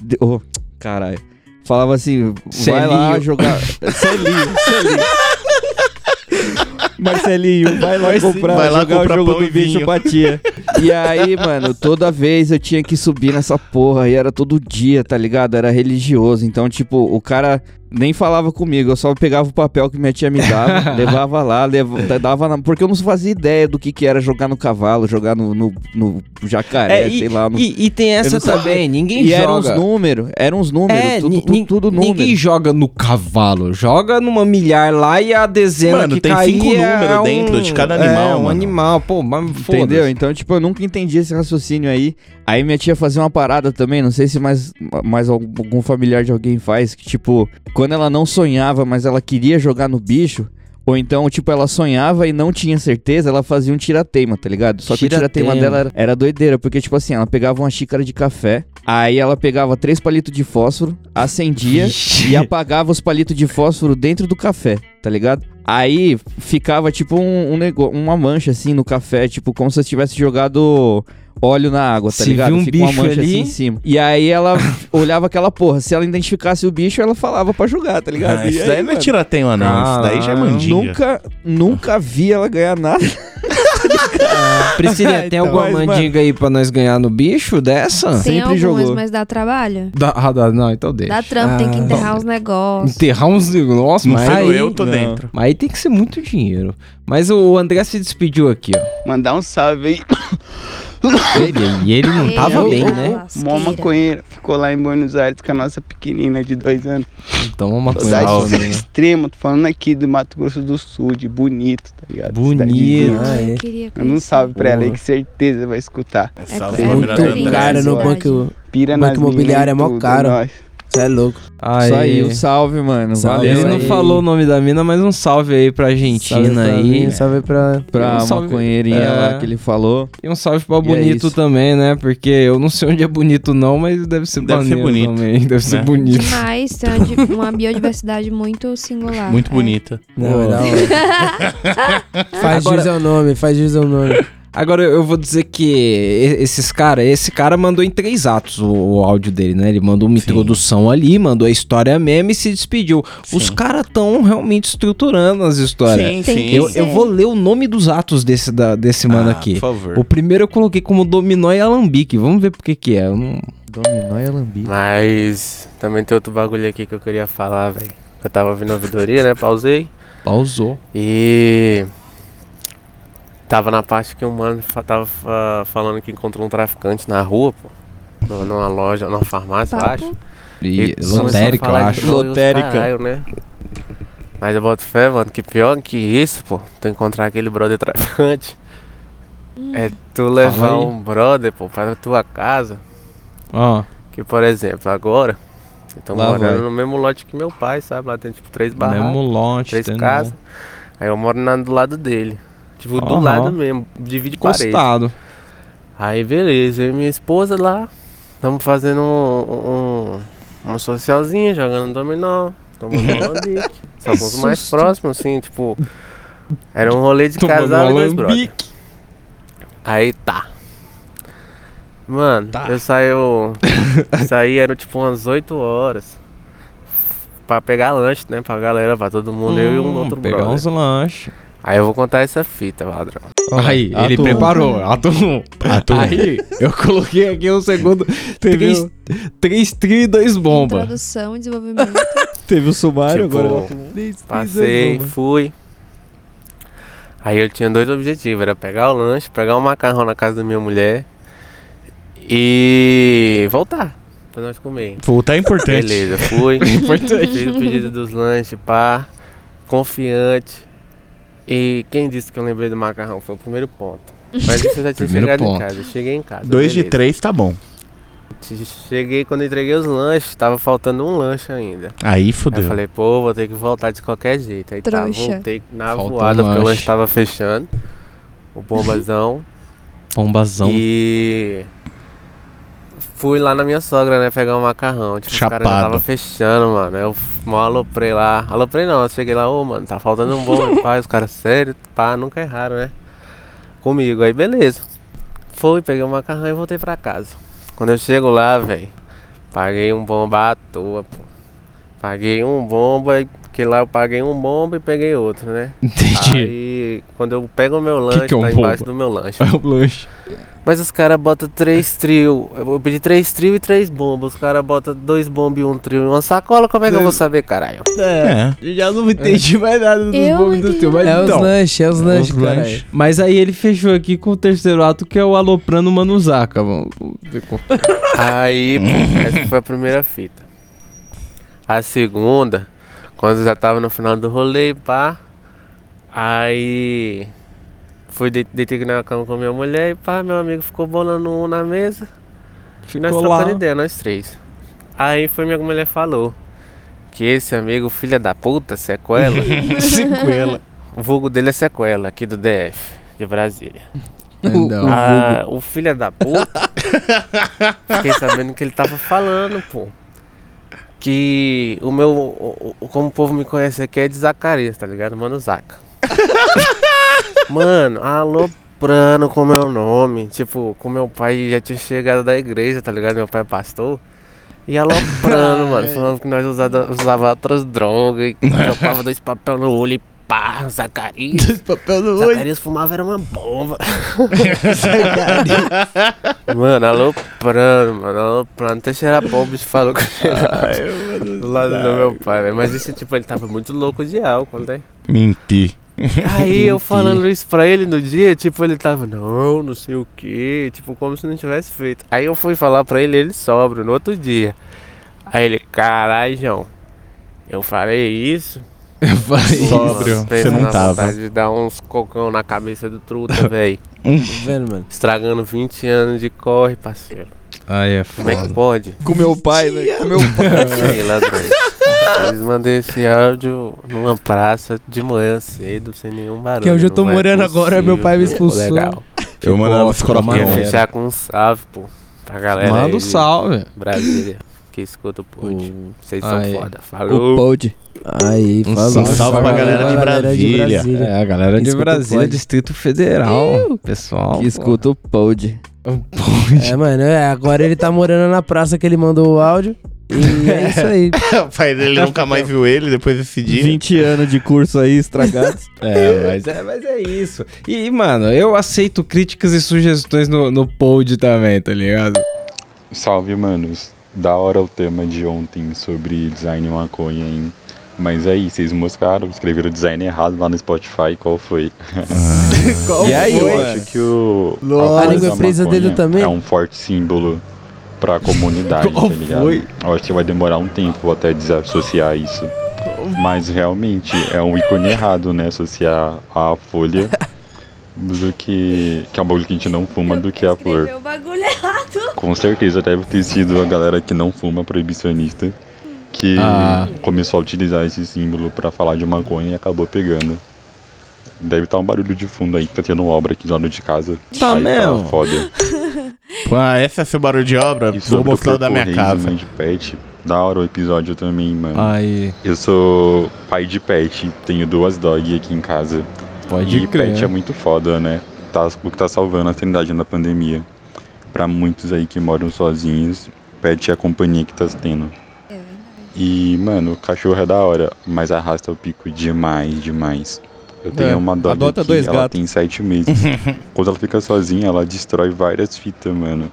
S6: "De- Ô, caralho. Falava assim, vai lá
S2: Celinho.
S6: jogar. Celinho, Celinho. Marcelinho, vai lá
S2: Vai sim,
S6: comprar,
S2: vai lá
S6: jogar
S2: comprar
S6: o jogo
S2: pão e
S6: do bicho
S2: vinho.
S6: pra tia. E aí, mano, toda vez eu tinha que subir nessa porra. E era todo dia, tá ligado? Era religioso. Então, tipo, o cara nem falava comigo. Eu só pegava o papel que minha tia me dava, levava lá, leva- dava na... Porque eu não fazia ideia do que, que era jogar no cavalo, jogar no, no- no jacaré,
S2: É, e-
S6: sei lá. no-
S2: e- e tem
S6: Eu
S2: essa
S6: não sabia.
S2: também, ninguém
S6: e eram os
S2: joga.
S6: números, eram os números,
S2: É,
S6: tudo,
S2: ni-
S6: tudo,
S2: ni-
S6: tudo número.
S2: Ninguém joga no cavalo, joga numa milhar lá e a dezena
S6: Mano,
S2: que
S6: tem
S2: cair
S6: cinco
S2: é
S6: números
S2: um-
S6: dentro de cada animal,
S2: É, um
S6: mano.
S2: animal, pô, mas foda
S6: Entendeu? Então, tipo, eu nunca entendi esse raciocínio aí. Aí minha tia fazia uma parada também, não sei se mais, mais algum algum familiar de alguém faz, que, tipo, quando ela não sonhava, mas ela queria jogar no bicho, ou então, tipo, ela sonhava e não tinha certeza, ela fazia um tirateima, tá ligado? Só que o
S2: Tirateima.
S6: tirateima dela era, era doideira, porque, tipo assim, ela pegava uma xícara de café, aí ela pegava três palitos de fósforo, acendia e apagava os palitos de fósforo dentro do café, tá ligado? Aí ficava tipo um, um nego- uma mancha assim no café, tipo como se eu tivesse jogado óleo na água, tá
S2: Se
S6: ligado?
S2: viu um
S6: Fica
S2: bicho
S6: uma mancha
S2: ali-
S6: assim em cima. E aí ela olhava aquela porra, se ela identificasse o bicho, ela falava pra jogar, tá ligado?
S3: Ah,
S6: E
S3: isso
S6: aí,
S3: daí não é
S6: mano,
S3: tiratema, não. Isso daí já é mandinga.
S6: Nunca, nunca vi ela ganhar nada.
S2: Priscilinha, tem
S6: Então,
S2: alguma
S6: mas, mano-
S2: mandinga aí pra nós ganhar no bicho dessa?
S5: Tem algumas, mas dá trabalho.
S2: Dá, ah, dá- não, então deixa.
S5: Dá trampo, tem que
S2: Ah,
S5: enterrar os negócios.
S2: Enterrar uns negócios,
S3: Não
S2: mas
S3: sendo
S2: aí-
S3: eu, tô
S2: Não.
S3: dentro.
S2: Mas aí tem que ser muito dinheiro. Mas o André se despediu aqui, ó.
S21: Mandar um salve aí.
S2: Ele, e ele não tava
S21: Ô,
S2: bem,
S21: ô,
S2: né?
S21: ô, Mó maconheira. Ficou lá em Buenos Aires com a nossa pequenina de dois anos.
S2: Então uma coisa.
S21: Saudade
S2: né?
S21: extrema. Tô falando aqui do Mato Grosso do Sul, de bonito, tá ligado?
S2: Bonito.
S21: Cidadezinha.
S2: Ah, é. Eu
S5: queria
S21: Manda um salve pra ela aí,
S4: Porra.
S21: que certeza vai escutar.
S4: É salve pra muito Miranda caro Andrade. no banco-
S21: Pira
S4: banco
S21: nas minas e
S4: imobiliário é mó
S21: tudo,
S4: caro.
S21: nóis.
S4: Você é louco.
S2: Aí.
S6: Isso aí, um salve, mano.
S2: Salve.
S6: Valeu.
S2: Ele não
S6: aí.
S2: falou o nome da mina, mas um salve aí pra Argentina
S6: Salve pra
S2: aí.
S6: mim, salve
S4: pra...
S6: Pra
S2: Um salve-
S6: maconheirinha
S2: É.
S6: lá que ele falou.
S2: E um salve pra
S6: E é
S2: Bonito
S6: isso.
S2: também, né? Porque eu não sei onde é bonito não, mas deve ser
S6: Deve ser
S2: maneiro
S6: bonito,
S2: também. Deve ser
S6: né?
S2: bonito.
S5: Demais, tem uma, di- uma biodiversidade muito singular.
S3: Muito bonita.
S2: Não, é da
S4: Faz
S2: Agora-
S4: jus ao nome, faz jus ao nome.
S2: Agora eu vou dizer que e- esses cara, esse cara mandou em três atos o, o áudio dele, né? Ele mandou uma introdução ali, mandou a história mesmo e se despediu. Os caras estão realmente estruturando as histórias.
S6: Sim, Tem sim. que
S2: Eu,
S6: ser.
S2: eu vou ler o nome dos atos desse, da- desse mano
S6: Ah,
S2: aqui.
S6: por favor.
S2: O primeiro eu coloquei como dominó e alambique. Vamos ver por que que é. Eu não-
S6: Dominó e alambique.
S22: Mas também tem outro bagulho aqui que eu queria falar, velho. Eu tava ouvindo a ouvidoria, né? Pausei.
S2: Pausou.
S22: E. Tava na parte que um mano fa- tava fa- falando que encontrou um traficante na rua, pô. Numa- Numa loja, numa farmácia, eu
S2: Papo.
S22: acho.
S2: E
S22: começou a
S2: lotérica, eu
S22: falar de
S2: acho.
S22: droga e os
S2: Lotérica.
S22: caralho, né? Mas eu boto fé, mano, que pior que isso, pô. Tu encontrar aquele brother traficante. É tu levar
S2: Fala aí.
S22: um brother, pô, pra tua casa.
S2: Ó.
S22: Que, por exemplo, agora, eu tô
S2: Lá
S22: morando
S2: vai.
S22: no mesmo lote que meu pai, sabe? Lá tem, tipo, três barracas.
S2: Mesmo lote,
S22: Três
S2: tá
S22: casas. Aí eu moro na- do lado dele. Tipo, do
S2: Aham.
S22: lado mesmo. Divide parede.
S2: Encostado.
S22: Aí, beleza. Eu e minha esposa lá, estamos fazendo um, um, um socialzinho, jogando dominó, tomando alambique. Só com os mais
S14: Susto.
S22: próximos, assim, tipo... Era um rolê de
S14: Tomando
S22: casal e dois
S14: alambique.
S22: brother. Aí, tá. Mano,
S2: Tá.
S22: eu saiu. saí era tipo umas 8 horas. Pra pegar lanche, né? Pra galera, pra todo mundo, eu e um
S2: Hum,
S22: outro
S2: pegar
S22: brother.
S2: uns lanches.
S22: Aí eu vou contar essa fita, ladrão.
S2: Aí, ele preparou. Ato 1.
S22: Ato um.
S2: Aí, eu coloquei aqui um segundo. três,
S5: Entendeu?
S2: três trio e dois bomba.
S5: Produção e desenvolvimento.
S6: Teve o sumário,
S22: Tipo,
S6: agora...
S22: Passei, fui. Aí eu tinha dois objetivos, era pegar o lanche, pegar o macarrão na casa da minha mulher e voltar pra nós comer.
S3: Voltar é importante. É
S22: Beleza, fui.
S3: Importante.
S22: Fiz o pedido dos lanches, pá. Confiante. E quem disse que eu lembrei do macarrão? Foi o primeiro ponto. Mas isso eu já tinha
S3: Primeiro
S22: chegado
S3: ponto.
S22: em casa. eu Cheguei em casa.
S3: Dois de
S22: beleza.
S3: três tá bom.
S22: Cheguei quando entreguei os lanches, tava faltando um lanche ainda.
S3: Aí fudeu.
S22: eu falei, pô, vou ter que voltar de qualquer jeito. Aí tá,
S2: Trouxa.
S22: voltei na
S2: Falta um
S22: voada, porque o lanche
S2: lanche.
S22: tava fechando. O bombazão.
S2: Bombazão.
S22: E fui lá na minha sogra, né, pegar um macarrão. Tipo, os caras já
S3: Chapado.
S22: tava fechando, mano. Eu mal aloprei lá. Aloprei não, eu cheguei lá, ô, mano, tá faltando um bom, pai. Os caras, sério, pá, nunca erraram, né? Comigo. Aí, beleza. Fui, peguei um macarrão e voltei pra casa. Quando eu chego lá, velho, paguei um bomba à toa, pô. Paguei um bomba, que lá eu paguei um bomba e peguei outro, né?
S2: Entendi.
S22: Aí, quando eu pego o meu
S2: Que
S22: lanche,
S2: que é um
S22: tá embaixo
S2: bomba?
S22: do meu lanche.
S2: É o lanche.
S22: Mas os caras botam três trio. Eu pedi três trio e três bombas. Os caras botam dois bombas e um trio em uma sacola. Como é que eu vou saber, caralho?
S2: É. Eu já não entendi mais nada dos
S4: Eu
S2: bombos do
S4: entendi
S2: teu. Mas
S4: nada. É os
S2: então,
S4: lanches, é os lanches,
S2: os lanches.
S4: caralho.
S2: Mas aí ele fechou aqui com o terceiro ato, que é o Aloprando Manuzaka. Vamos ver qual.
S22: Aí, essa foi a primeira fita. A segunda, quando eu já tava no final do rolê, pá. Aí. Fui de- deitei na cama com minha mulher e pá, meu amigo ficou bolando um na mesa. E nós
S2: Ficou lá.
S22: trocando ideia, nós três. Aí foi minha mulher falou que esse amigo, filha da puta, sequela.
S2: Sequela.
S22: O vulgo dele é sequela, aqui do DF, de Brasília.
S2: O- o
S22: Ah, o filho da puta. Fiquei sabendo que ele tava falando, pô. Que o meu. o- o- como o povo me conhece aqui é de Zacarias, tá ligado? Mano Zaca. Mano, aloprando com meu nome. Tipo, com meu pai já tinha chegado da igreja, tá ligado? Meu pai é pastor. E aloprando, mano. Falando que nós usada- usava outras drogas e que chupava dois papel no olho e pá, Zacarias.
S4: papel
S22: do Zacarias fumava era uma bomba. Mano, aloprando, mano, aloprando. Até cheirar pó, o bicho falou que eu cheirava. do lado do meu pai, velho. Mas isso, tipo, ele tava muito louco de álcool, né?
S3: Menti.
S22: Aí eu falando isso pra ele no dia, tipo, ele tava, não, não sei o que, tipo, como se não tivesse feito. Aí eu fui falar pra ele, ele sobra no outro dia. Aí ele, caralho, João, eu falei isso. Eu falei
S3: isso. Sóbrio, você não tava.
S22: de dar uns cocão na cabeça do truta, velho.
S6: Tá
S2: Vendo, mano.
S22: Estragando 20 anos de corre, parceiro.
S2: Aí é
S22: Como é que
S2: foda.
S22: pode?
S6: Com meu pai, né? Com meu pai.
S22: Sei lá, doido. Eles mandei esse áudio numa praça de manhã cedo, sem nenhum barulho.
S4: Que é onde eu tô
S22: Não é
S4: morando agora, meu pai me
S22: possível, né?
S4: expulsou.
S22: legal.
S3: Eu mandava os crocão.
S22: Queria fechar com um salve, pô. Pra galera.
S2: Manda um
S22: aí de
S2: salve.
S22: Brasília. Que escuta o pod. Vocês são
S2: Aí.
S22: foda. Falou.
S2: O pod. Aí,
S22: Um
S2: falou.
S22: salve pra galera de Brasília.
S2: É, a galera de
S22: Escuta o
S2: Brasília,
S22: pod.
S2: Distrito Federal. pessoal.
S6: Que escuta o pod.
S4: É, mano, é, agora ele tá morando na praça que ele mandou o áudio. E é isso aí.
S3: o pai dele nunca mais viu ele depois desse dia.
S6: 20 anos de curso aí estragados.
S2: É, mas é, mas é isso. E, mano, eu aceito críticas e sugestões no, no pod também, tá ligado?
S23: Salve, manos. Da hora o tema de ontem sobre design maconha, hein? Mas aí, vocês moscaram, escreveram design errado lá no Spotify, qual foi?
S4: Qual
S23: e aí,
S4: foi?
S23: eu acho que o.
S4: Lógico.
S23: voz
S4: A língua
S23: da
S4: presa
S23: maconha
S4: dele também?
S23: É um forte símbolo pra comunidade, tá
S4: Qual
S23: ligado?
S4: foi?
S23: Eu acho que vai demorar um tempo até desassociar isso. Mas realmente é um ícone errado, né? Associar a folha do que. que é um bagulho que a gente não fuma do que a flor.
S5: Meu bagulho é errado.
S23: Com certeza deve ter sido a galera que não fuma proibicionista que
S2: Ah.
S23: começou a utilizar esse símbolo pra falar de maconha e acabou pegando. Deve estar um barulho de fundo aí, que tá tendo obra aqui do lado de casa.
S3: Tá
S23: aí
S3: mesmo?
S23: Tá foda.
S3: Pô, ah, esse é seu barulho de obra? Vou
S23: Sobre o
S3: mostrar o da minha
S23: corpo
S3: casa.
S23: reino de pet, da hora o episódio também, mano.
S2: Aí.
S23: Eu sou pai de pet, tenho duas dog aqui em casa.
S2: Pode
S23: e
S2: crer.
S23: pet é muito foda, né? Tá, o que tá salvando a sanidade na pandemia. Pra muitos aí que moram sozinhos, pet é a companhia que tá se tendo. E, mano, o cachorro é da hora, mas arrasta o pico demais, demais. Eu tenho
S13: É,
S23: uma dog
S13: adota
S23: que
S13: dois
S23: ela
S13: gatos.
S23: tem sete meses. Quando ela fica sozinha, ela destrói várias fitas, mano.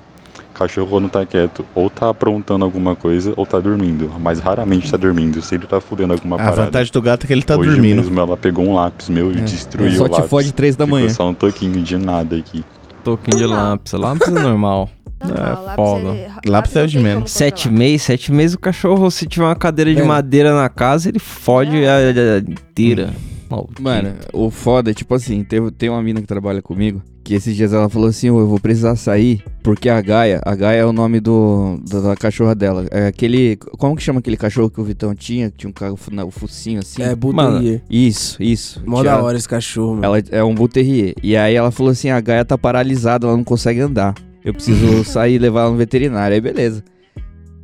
S23: Cachorro quando tá quieto, ou tá aprontando alguma coisa, ou tá dormindo. Mas raramente tá dormindo, sempre tá fudendo alguma
S3: A
S23: parada.
S3: vantagem do gato é que ele tá
S23: Hoje
S3: dormindo. É.
S23: mesmo ela pegou um lápis meu e destruiu
S2: Só
S23: o
S2: te
S23: lápis.
S2: fode três da
S23: Ficou
S2: manhã.
S23: só um toquinho de nada aqui.
S2: Toquinho de lápis. Lápis é normal. é foda.
S3: Lápis é o de menos.
S2: Sete meses, sete meses o cachorro, se tiver uma cadeira de
S6: Velho.
S2: madeira na casa, ele fode a, a- a- inteira. Maldito.
S6: Mano, o foda é tipo assim, teve, tem uma mina que trabalha comigo, que esses dias ela falou assim, "Ô, eu vou precisar sair, porque a Gaia, a Gaia é o nome do, do- da cachorra dela. É aquele, como que chama aquele cachorro que o Vitão tinha, que tinha um carro, o focinho assim?
S4: É, Bull
S6: Mano,
S4: Terrier.
S6: Isso, isso.
S4: Mó da hora esse cachorro, mano.
S6: Ela é um Bull Terrier. E aí ela falou assim, a Gaia tá paralisada, ela não consegue andar. Eu preciso sair e levar ela no veterinário, aí beleza.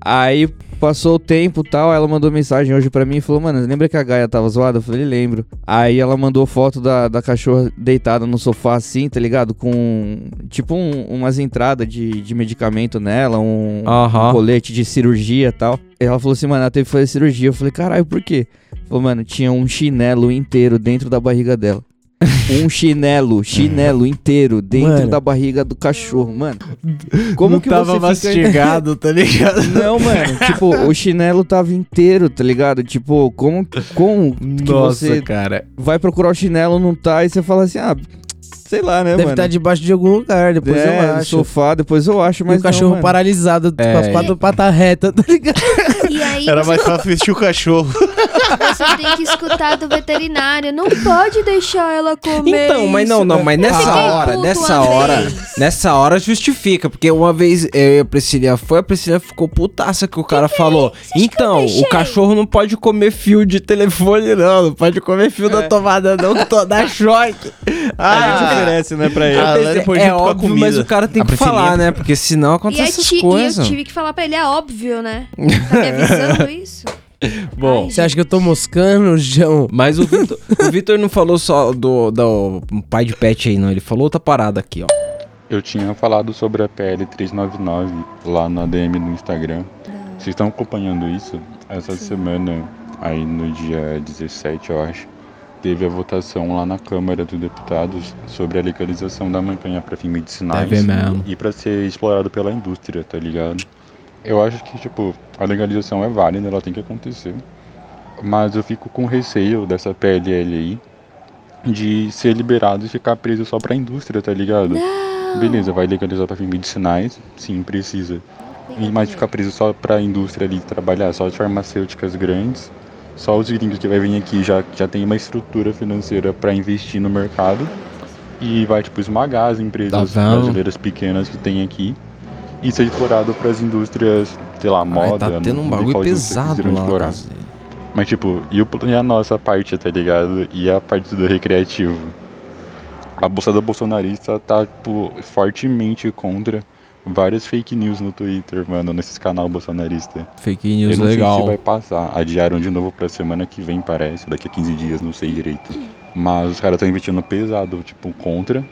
S6: Aí passou o tempo e tal, ela mandou mensagem hoje pra mim e falou, mano, lembra que a Gaia tava zoada? Eu falei, lembro. Aí ela mandou foto da, da cachorra deitada no sofá assim, tá ligado? Com tipo um- umas entradas de, de medicamento nela, um,
S2: Aham.
S6: um colete de cirurgia e tal. Ela falou assim, mano, ela teve que fazer cirurgia. Eu falei, caralho, por quê? Falou, mano, tinha um chinelo inteiro dentro da barriga dela. Um chinelo, chinelo inteiro dentro
S2: Mano.
S6: da barriga do cachorro, mano.
S2: Não tava mastigado, tá ligado?
S6: Não, mano, tipo, o chinelo tava inteiro, tá ligado? Tipo, como, como que
S2: Nossa,
S6: você
S2: cara.
S6: vai procurar o chinelo, não tá, e você fala assim, ah, sei lá, né,
S4: Deve
S6: mano?
S4: estar debaixo de algum lugar, depois
S6: É,
S4: eu
S6: no
S4: acho.
S6: sofá, depois eu acho, mas
S4: e o cachorro
S6: não, mano.
S4: paralisado, com as
S6: É.
S4: quatro patas retas, tá ligado?
S5: E aí,
S3: Era mais fácil vestir o cachorro.
S5: você tem que escutar do veterinário. Não pode deixar ela comer.
S2: Então, mas não,
S5: isso.
S2: não, mas
S5: Eu
S2: nessa
S5: fiquei
S2: hora,
S5: puto
S2: nessa
S5: uma
S2: hora,
S5: vez.
S2: nessa hora justifica, porque uma vez eu e a Priscila foi, a Priscila ficou putaça que o cara
S5: é
S2: falou. Então, o cachorro não pode comer fio de telefone, não, não pode comer fio da tomada, não, que to- dá choque.
S6: É. A gente oferece, né, pra ele.
S2: Eu
S6: A
S2: pensei,
S6: Lara põe
S2: é
S6: junto com a
S2: óbvio,
S6: comida.
S2: mas o cara tem
S6: A
S2: que
S6: Priscilinha.
S2: falar, né? Porque senão
S5: E,
S2: acontece
S5: é
S2: essas
S5: ti- e eu
S2: coisas.
S5: tive que falar pra ele, é óbvio, né? Tá me avisando isso?
S2: Bom,
S4: Você acha que eu tô moscando, João?
S2: Mas o Vitor, o Vitor não falou só do, do pai de pet aí, não. Ele falou outra parada aqui, ó.
S23: Eu tinha falado sobre a PL399 lá na DM no Instagram. Vocês estão acompanhando isso? Essa semana, aí no dia 17, eu acho, teve a votação lá na Câmara dos Deputados sobre a legalização da maconha para fim medicinais
S2: Teve mesmo.
S23: e para ser explorado pela indústria, tá ligado? Eu acho que, tipo, a legalização é válida, ela tem que acontecer. Mas eu fico com receio dessa PLL aí de ser liberado e ficar preso só pra indústria, tá ligado? Beleza, vai legalizar pra fim medicinais, sim, precisa. E, mas ficar preso só pra indústria ali trabalhar, só as farmacêuticas grandes, só os gringos que vai vir aqui já, já tem uma estrutura financeira pra investir no mercado e vai, tipo, esmagar as empresas
S2: Tá vendo?
S23: brasileiras pequenas que tem aqui e ser é explorado pras indústrias, sei lá, moda.
S2: tá tendo
S23: não
S2: um
S23: sei
S2: bagulho
S23: qual indústria que
S2: pesado
S23: quiseram
S2: lá,
S23: explorar. Mas, tipo, e, o, e a nossa parte, tá ligado? E a parte do recreativo. A bolsada bolsonarista tá, tipo, fortemente contra várias fake news no Twitter, mano, nesses canal bolsonarista.
S2: Fake news
S23: Eu não sei
S2: legal.
S23: se vai passar. Adiaram de novo pra semana que vem, parece. Daqui a 15 dias, não sei direito. Mas os caras estão investindo pesado, tipo, contra.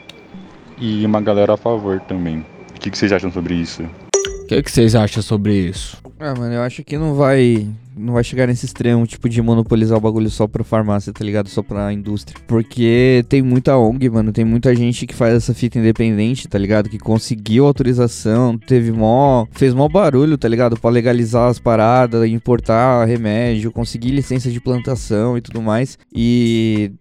S23: E uma galera a favor também. O que, que vocês acham sobre isso?
S2: O que, que vocês acham sobre isso?
S6: Ah, mano, eu acho que não vai. Não vai chegar nesse extremo, tipo, de monopolizar o bagulho só pra farmácia, tá ligado? Só pra indústria. Porque tem muita ONG, mano. Tem muita gente que faz essa fita independente, tá ligado? Que conseguiu autorização, teve mó. Fez mó barulho, tá ligado? Pra legalizar as paradas, importar remédio, conseguir licença de plantação e tudo mais. E.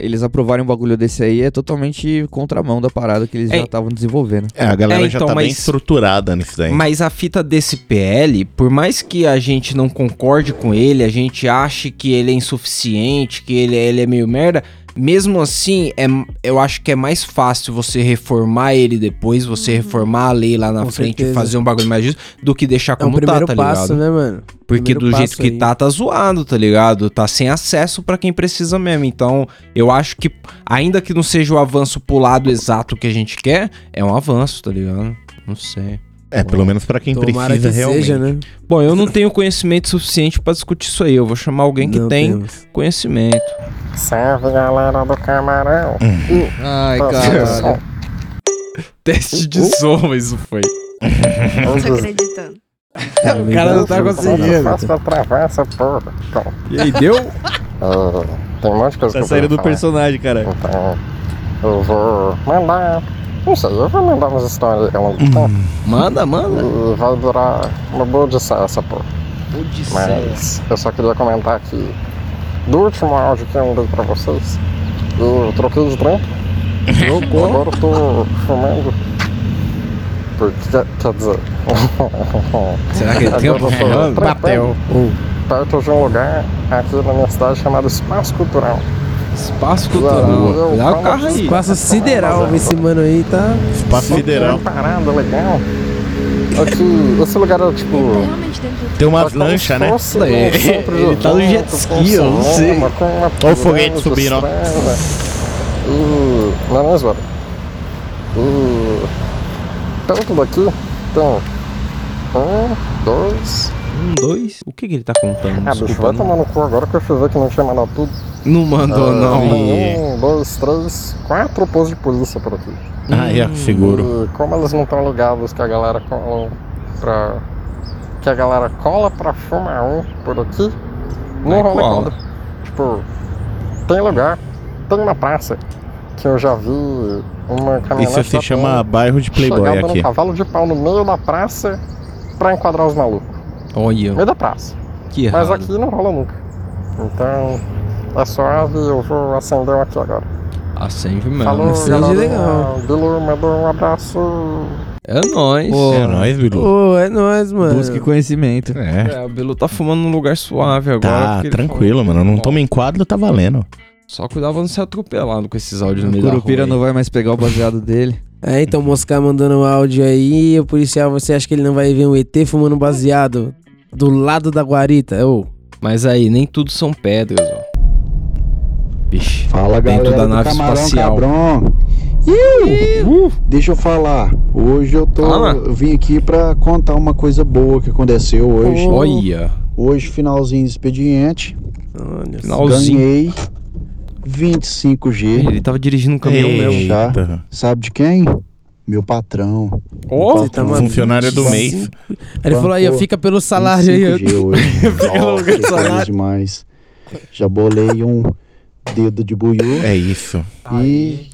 S6: Eles aprovarem um bagulho desse aí é totalmente contramão da parada que eles
S2: É.
S6: já estavam desenvolvendo.
S3: É, a galera
S2: É,
S3: já
S2: então,
S3: tá bem
S2: mas-
S3: estruturada nisso daí.
S2: Mas a fita desse PL, por mais que a gente não concorde com ele, a gente ache que ele é insuficiente, que ele, ele é meio merda, mesmo assim, é, eu acho que é mais fácil você reformar ele depois, você reformar a lei lá na
S4: Uhum. Com
S2: frente e
S4: certeza.
S2: fazer um bagulho mais justo, do que deixar
S4: É um
S2: como tá,
S4: primeiro
S2: tá
S4: passo,
S2: ligado?
S4: né, mano?
S2: Porque
S4: Primeiro
S2: do jeito
S4: passo
S2: que
S4: aí.
S2: tá, tá zoado, tá ligado? Tá sem acesso pra quem precisa mesmo. Então, eu acho que, ainda que não seja o avanço pro lado exato que a gente quer, é um avanço, tá ligado? Não sei.
S3: É, pelo menos pra quem Tomara precisa que realmente. seja, né?
S2: Bom, eu não tenho conhecimento suficiente pra discutir isso aí. Eu vou chamar alguém que
S10: Não
S2: tem
S10: temos.
S2: conhecimento.
S10: Salve galera do camarão.
S2: Hum. Ai,
S10: Pô,
S2: caralho. Uh.
S10: som.
S2: Teste de som, isso foi.
S10: Não tô
S5: acreditando.
S10: O
S2: cara não tá conseguindo.
S10: Fácil pra travar essa porra. Então.
S6: E aí, deu?
S10: Ah, tem um monte de coisa
S6: Tá
S10: que eu
S6: saindo
S2: é
S10: queria
S6: do personagem, caralho.
S10: Então, eu vou mandar. Não sei, eu vou mandar umas histórias ao longo do tempo.
S2: Hum. Manda, manda.
S10: E vai durar uma boa audição essa porra. Mas eu só queria comentar que do último áudio que eu mandei pra vocês, eu troquei de trampo. E Agora eu tô fumando. Porque, quer dizer.
S2: Será que ele tem
S10: agora
S2: um
S10: eu tô trampando
S2: papel? Papel.
S10: Perto de um lugar aqui na minha cidade chamado Espaço Cultural.
S2: Espaço
S10: Cultural.
S6: um
S4: Dá o carro aí. Espaço sideral,
S10: é
S4: esse mano aí tá.
S10: Só que Uma parada legal. é que esse lugar é tipo.
S3: Tem umas lanchas, né?
S10: É,
S3: Ele tá no jet
S10: um
S3: ski, eu não sei. Olha o foguete subindo, ó.
S10: E. Não é mesmo? velho? E. então, Perto daqui tem. Um, dois.
S2: Um, dois? O que, que ele tá contando?
S10: Ah, bicho, vai
S2: Desculpa, não,
S10: tomar no cu agora que eu fui ver que não tinha mandado tudo.
S2: não mandou,
S10: Ah, tem
S2: não.
S10: Um, dois, três, quatro postos de polícia por aqui.
S3: Ah, é, seguro.
S10: E como elas não estão ligadas que a galera cola pra. Que a galera cola pra fumar um por aqui, não
S2: Mas
S10: rola
S2: cola.
S10: cola. Tipo, tem lugar, tem uma praça que eu já vi uma caminhonete.
S3: Isso se
S10: da
S3: chama
S10: Tona
S3: bairro de Playboy
S10: chegar dando
S3: aqui.
S10: cavalo de pau no meio da praça pra enquadrar os malucos.
S2: Olha.
S10: Meio da praça.
S2: Que
S10: Mas
S2: errado.
S10: aqui não rola nunca. Então, é suave, eu vou acender um aqui agora.
S2: Acende mesmo.
S10: Falou, galera.
S4: legal.
S10: Bilu, mandou um abraço.
S2: É nóis.
S4: Pô. É nóis, Bilu. Pô, é nóis, mano.
S6: Busque conhecimento.
S2: É, o Bilu tá fumando num lugar suave agora.
S3: Tá,
S2: porque ele
S3: tranquilo, mano. Não toma em quadro, tá valendo.
S2: falou- Só cuidado pra não ser atropelado com esses áudios no
S6: O
S2: meio
S6: Curupira
S2: da rua.
S6: não vai mais pegar o baseado dele.
S4: É, então o Moscar mandando um áudio aí, o policial, você acha que ele não vai ver um ET fumando um baseado do lado da guarita? Ô.
S2: Mas aí, nem tudo são pedras, ó. Vixe.
S24: Fala
S2: Dentro
S24: galera
S2: da
S24: do
S2: nave
S24: Camarão
S2: espacial.
S24: Cabrão. Iu! uh, Deixa eu falar. Hoje eu tô
S2: Fala.
S24: eu vim aqui pra contar uma coisa boa que aconteceu hoje.
S2: Olha.
S24: Hoje finalzinho do expediente.
S2: Finalzinho.
S24: Ganhei 25G.
S2: Ele tava dirigindo um caminhão mesmo.
S24: Já. Tá. Sabe de quem? Meu patrão.
S2: Ó,
S24: Meu
S2: Você tá
S24: patrão.
S2: maluco. Funcionário do mês. Aí
S4: ele falou aí, ó,
S24: Bancou
S4: fica pelo salário aí, ó.
S24: 25G hoje.
S4: Fica no lugar do
S24: Nossa, que coisa
S4: salário.
S24: demais. Já bolei um dedo de buiú.
S3: É isso.
S24: E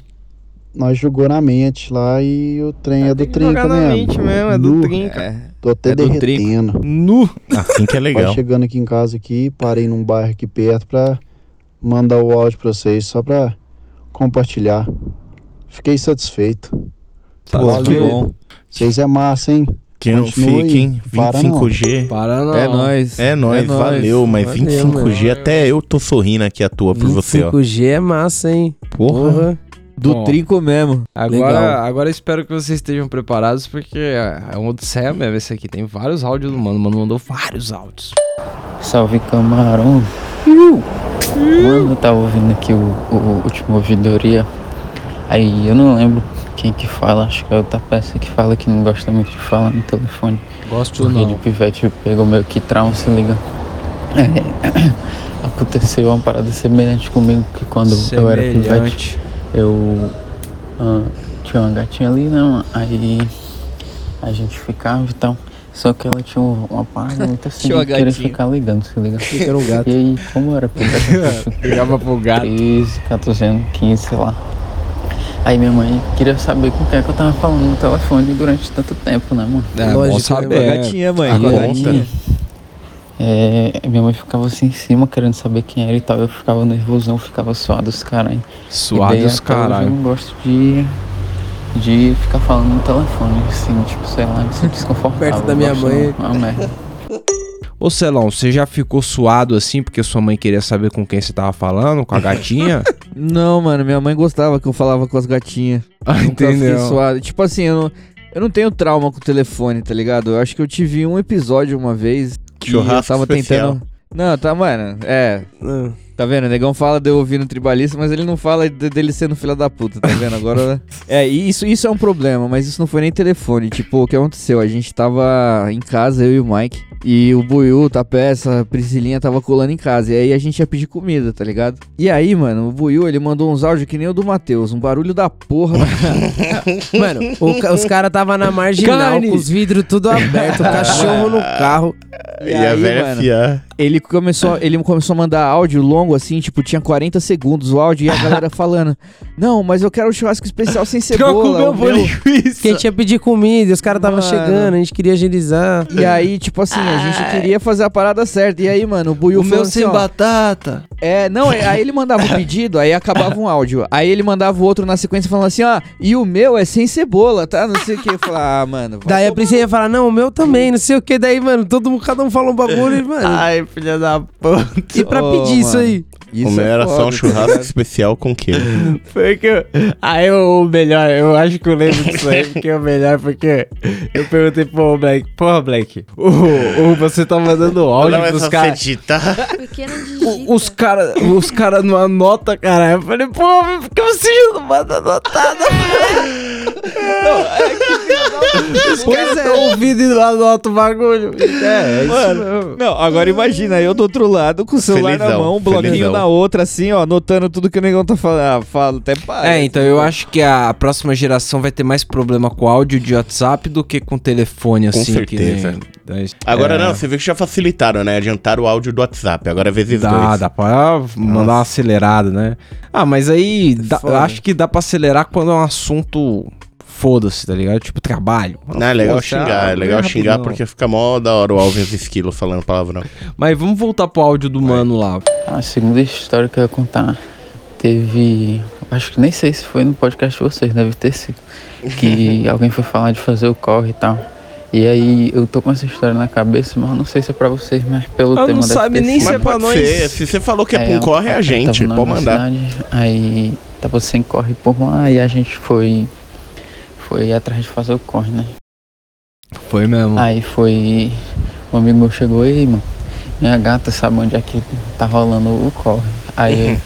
S24: nós jogou na mente lá e o trem é do trinca,
S21: Ah, jogar na
S24: né?
S21: mente
S24: amor?
S21: mesmo, é do
S24: Nu.
S21: trinca.
S24: Tô até
S21: É do trinca.
S24: derretendo. Nu!
S3: Assim que é legal.
S24: chegando aqui em casa aqui, parei num bairro aqui perto pra mandar o áudio pra vocês, só pra compartilhar. Fiquei satisfeito.
S3: Tá que bom.
S24: Vocês é massa, hein?
S3: Quem não
S24: Continua
S3: fica,
S24: aí.
S3: hein?
S24: Para não.
S3: 25G.
S6: É nóis.
S3: É nóis,
S6: É nóis.
S3: valeu. Mas
S6: Valeu,
S3: 25G, até eu tô sorrindo aqui à toa por você, ó.
S4: 5G é massa, hein?
S3: Porra.
S6: Do trinco mesmo.
S2: Agora, agora eu espero que vocês estejam preparados, porque é um odisseia mesmo esse aqui. Tem vários áudios do mano. O mano mandou vários áudios.
S25: Salve camarão. Mano, eu tava ouvindo aqui o, o último ouvidoria. Aí eu não lembro quem que fala, acho que é o Tapessa que fala que não gosta muito de falar no telefone.
S2: Gosto
S25: Porque
S2: não.
S25: de pivete pegou meio que trauma, se liga. É, aconteceu uma parada semelhante comigo que quando eu era pivete,
S2: Semelhante.
S25: eu ah, tinha uma gatinha ali, não, aí a gente ficava e tal. Só que ela tinha um, uma parada muito assim
S2: Tinha uma
S25: de querer
S2: gatinha.
S25: ficar ligando, se liga.
S2: Achei que era um gato.
S25: E aí, como era pivete?
S2: Ligava pro gato.
S25: 13, 14 anos, 15, sei lá. Aí minha mãe queria saber com quem é que eu tava falando no telefone durante tanto tempo, né, mano?
S2: É, bom Lógico, saber. é uma gatinha, mãe,
S25: E
S2: uma gatinha.
S25: aí, é, minha mãe ficava assim em cima, querendo saber quem era e tal. Eu ficava nervosão, ficava suado os caralho.
S2: Suado
S25: E daí,
S2: os
S25: até hoje
S2: caralho.
S25: Eu não gosto de, de ficar falando no telefone, assim, tipo, sei lá, me sinto desconfortável.
S4: Perto da
S25: não
S4: minha
S25: gosto
S4: mãe.
S25: não, é uma merda.
S2: Ô Celão, você já ficou suado assim porque sua mãe queria saber com quem você tava falando? Com a gatinha?
S6: Não, mano, minha mãe gostava que eu falava com as gatinhas. Ah,
S2: entendeu.
S6: Tipo assim, eu não, eu não tenho trauma com o telefone, tá ligado? Eu acho que eu tive um episódio uma vez que eu
S3: Churrasco
S6: tava
S3: especial.
S6: tentando. Não, tá, mano, é. Tá vendo? O negão fala de eu ouvindo tribalista, mas ele não fala de- dele sendo filha da puta, tá vendo? Agora. é, e isso, isso é um problema, mas isso não foi nem telefone. Tipo, o que aconteceu? A gente tava em casa, eu e o Mike. E o Buiu, a peça, a Priscilinha tava colando em casa. E aí a gente ia pedir comida, tá ligado? E aí, mano, o Buiu, ele mandou uns áudios que nem o do Matheus. Um barulho da porra.
S4: Mano, o ca- os caras tava na marginal,
S6: Carne!
S4: com os vidros tudo aberto, o cachorro no carro.
S6: E, aí, mano, ele começou, ele começou a mandar áudio longo, assim, tipo, tinha 40 segundos o áudio e a galera falando: Não, mas eu quero um churrasco especial sem cebola. o meu-
S4: Quem tinha pedir comida, e os caras tava
S6: Mano.
S4: chegando, a gente queria agilizar. Ah.
S6: E aí, tipo assim, a gente queria fazer a parada certa. E aí, mano, o Buiu
S4: O
S6: falou
S4: meu
S6: assim,
S4: sem
S6: ó,
S4: batata.
S6: É, não, é- aí ele mandava o pedido, aí acabava um áudio. Aí ele mandava o outro na sequência falando assim, ó, e o meu é sem cebola, tá? Não sei o que. Eu falava, ah, mano, vai.
S4: Daí é a Priscila ia falar, não, o meu também, não sei o que. Daí, mano, todo mundo, cada um fala um bagulho, e, mano.
S21: Ai, filha da puta.
S4: E pra pedir isso aí?
S3: o meu era só um churrasco especial com queijo.
S21: Foi que eu... Aí o o melhor, eu acho que eu lembro disso aí, porque o melhor foi que eu perguntei pro Black, porra, Black,
S2: Ô, ô, você tá mandando áudio
S21: Não é
S2: pros
S21: só
S2: caras.
S21: você
S2: Os caras os cara não anotam, cara. Eu falei, pô, mas por que você já não manda anotada?
S4: é Pois é, ouvido e lá nota o bagulho.
S6: É, é isso mesmo. Não, agora imagina, eu do outro lado, com o celular na
S2: Felizão,
S6: mão, um bloquinho
S2: felizão.
S6: na outra, assim, ó, anotando tudo que o negão tá falando. Ah, fala, até para.
S2: É, então eu acho que a próxima geração vai ter mais problema com áudio de WhatsApp do que com telefone,
S3: Com
S2: assim. que nem-
S3: certeza.
S2: Daí-
S3: Agora
S2: É.
S3: não, você vê que já facilitaram, né? Adiantaram o áudio do WhatsApp. Agora é vezes
S2: Dá,
S3: dois.
S2: dá pra ah, mandar uma acelerada, né? Ah, mas
S3: É
S2: aí dá- eu acho que dá pra acelerar quando é um assunto foda-se, tá ligado? Tipo trabalho.
S3: Não, é legal
S2: Foda-se,
S3: xingar, é
S2: ah,
S3: legal
S2: bem
S3: xingar
S2: rapidão.
S3: porque fica mó da hora o Alves Esquilo falando palavrão.
S2: Mas vamos voltar pro áudio do mano lá.
S25: A segunda história que eu ia contar teve. Acho que nem sei se foi no podcast de vocês, deve ter sido. Que alguém foi falar de fazer o corre e tal. E aí eu tô com essa história na cabeça, mas eu não sei se é pra vocês, mas pelo
S3: Ah,
S25: tema
S3: não
S25: deve
S3: sabe
S25: ter
S3: nem
S25: sido.
S3: se é Mas pra pode nós. ser, se você falou que é pra um
S25: eu
S3: corre, é a
S25: tava
S3: gente,
S25: na
S3: pode mandar.
S25: universidade, Aí tava sem corre por lá e a gente foi. Foi atrás de fazer o corre, né?
S2: Foi mesmo.
S25: Aí foi. Um amigo meu chegou e, mano, minha gata sabe onde é que tá rolando o corre. Aí eu,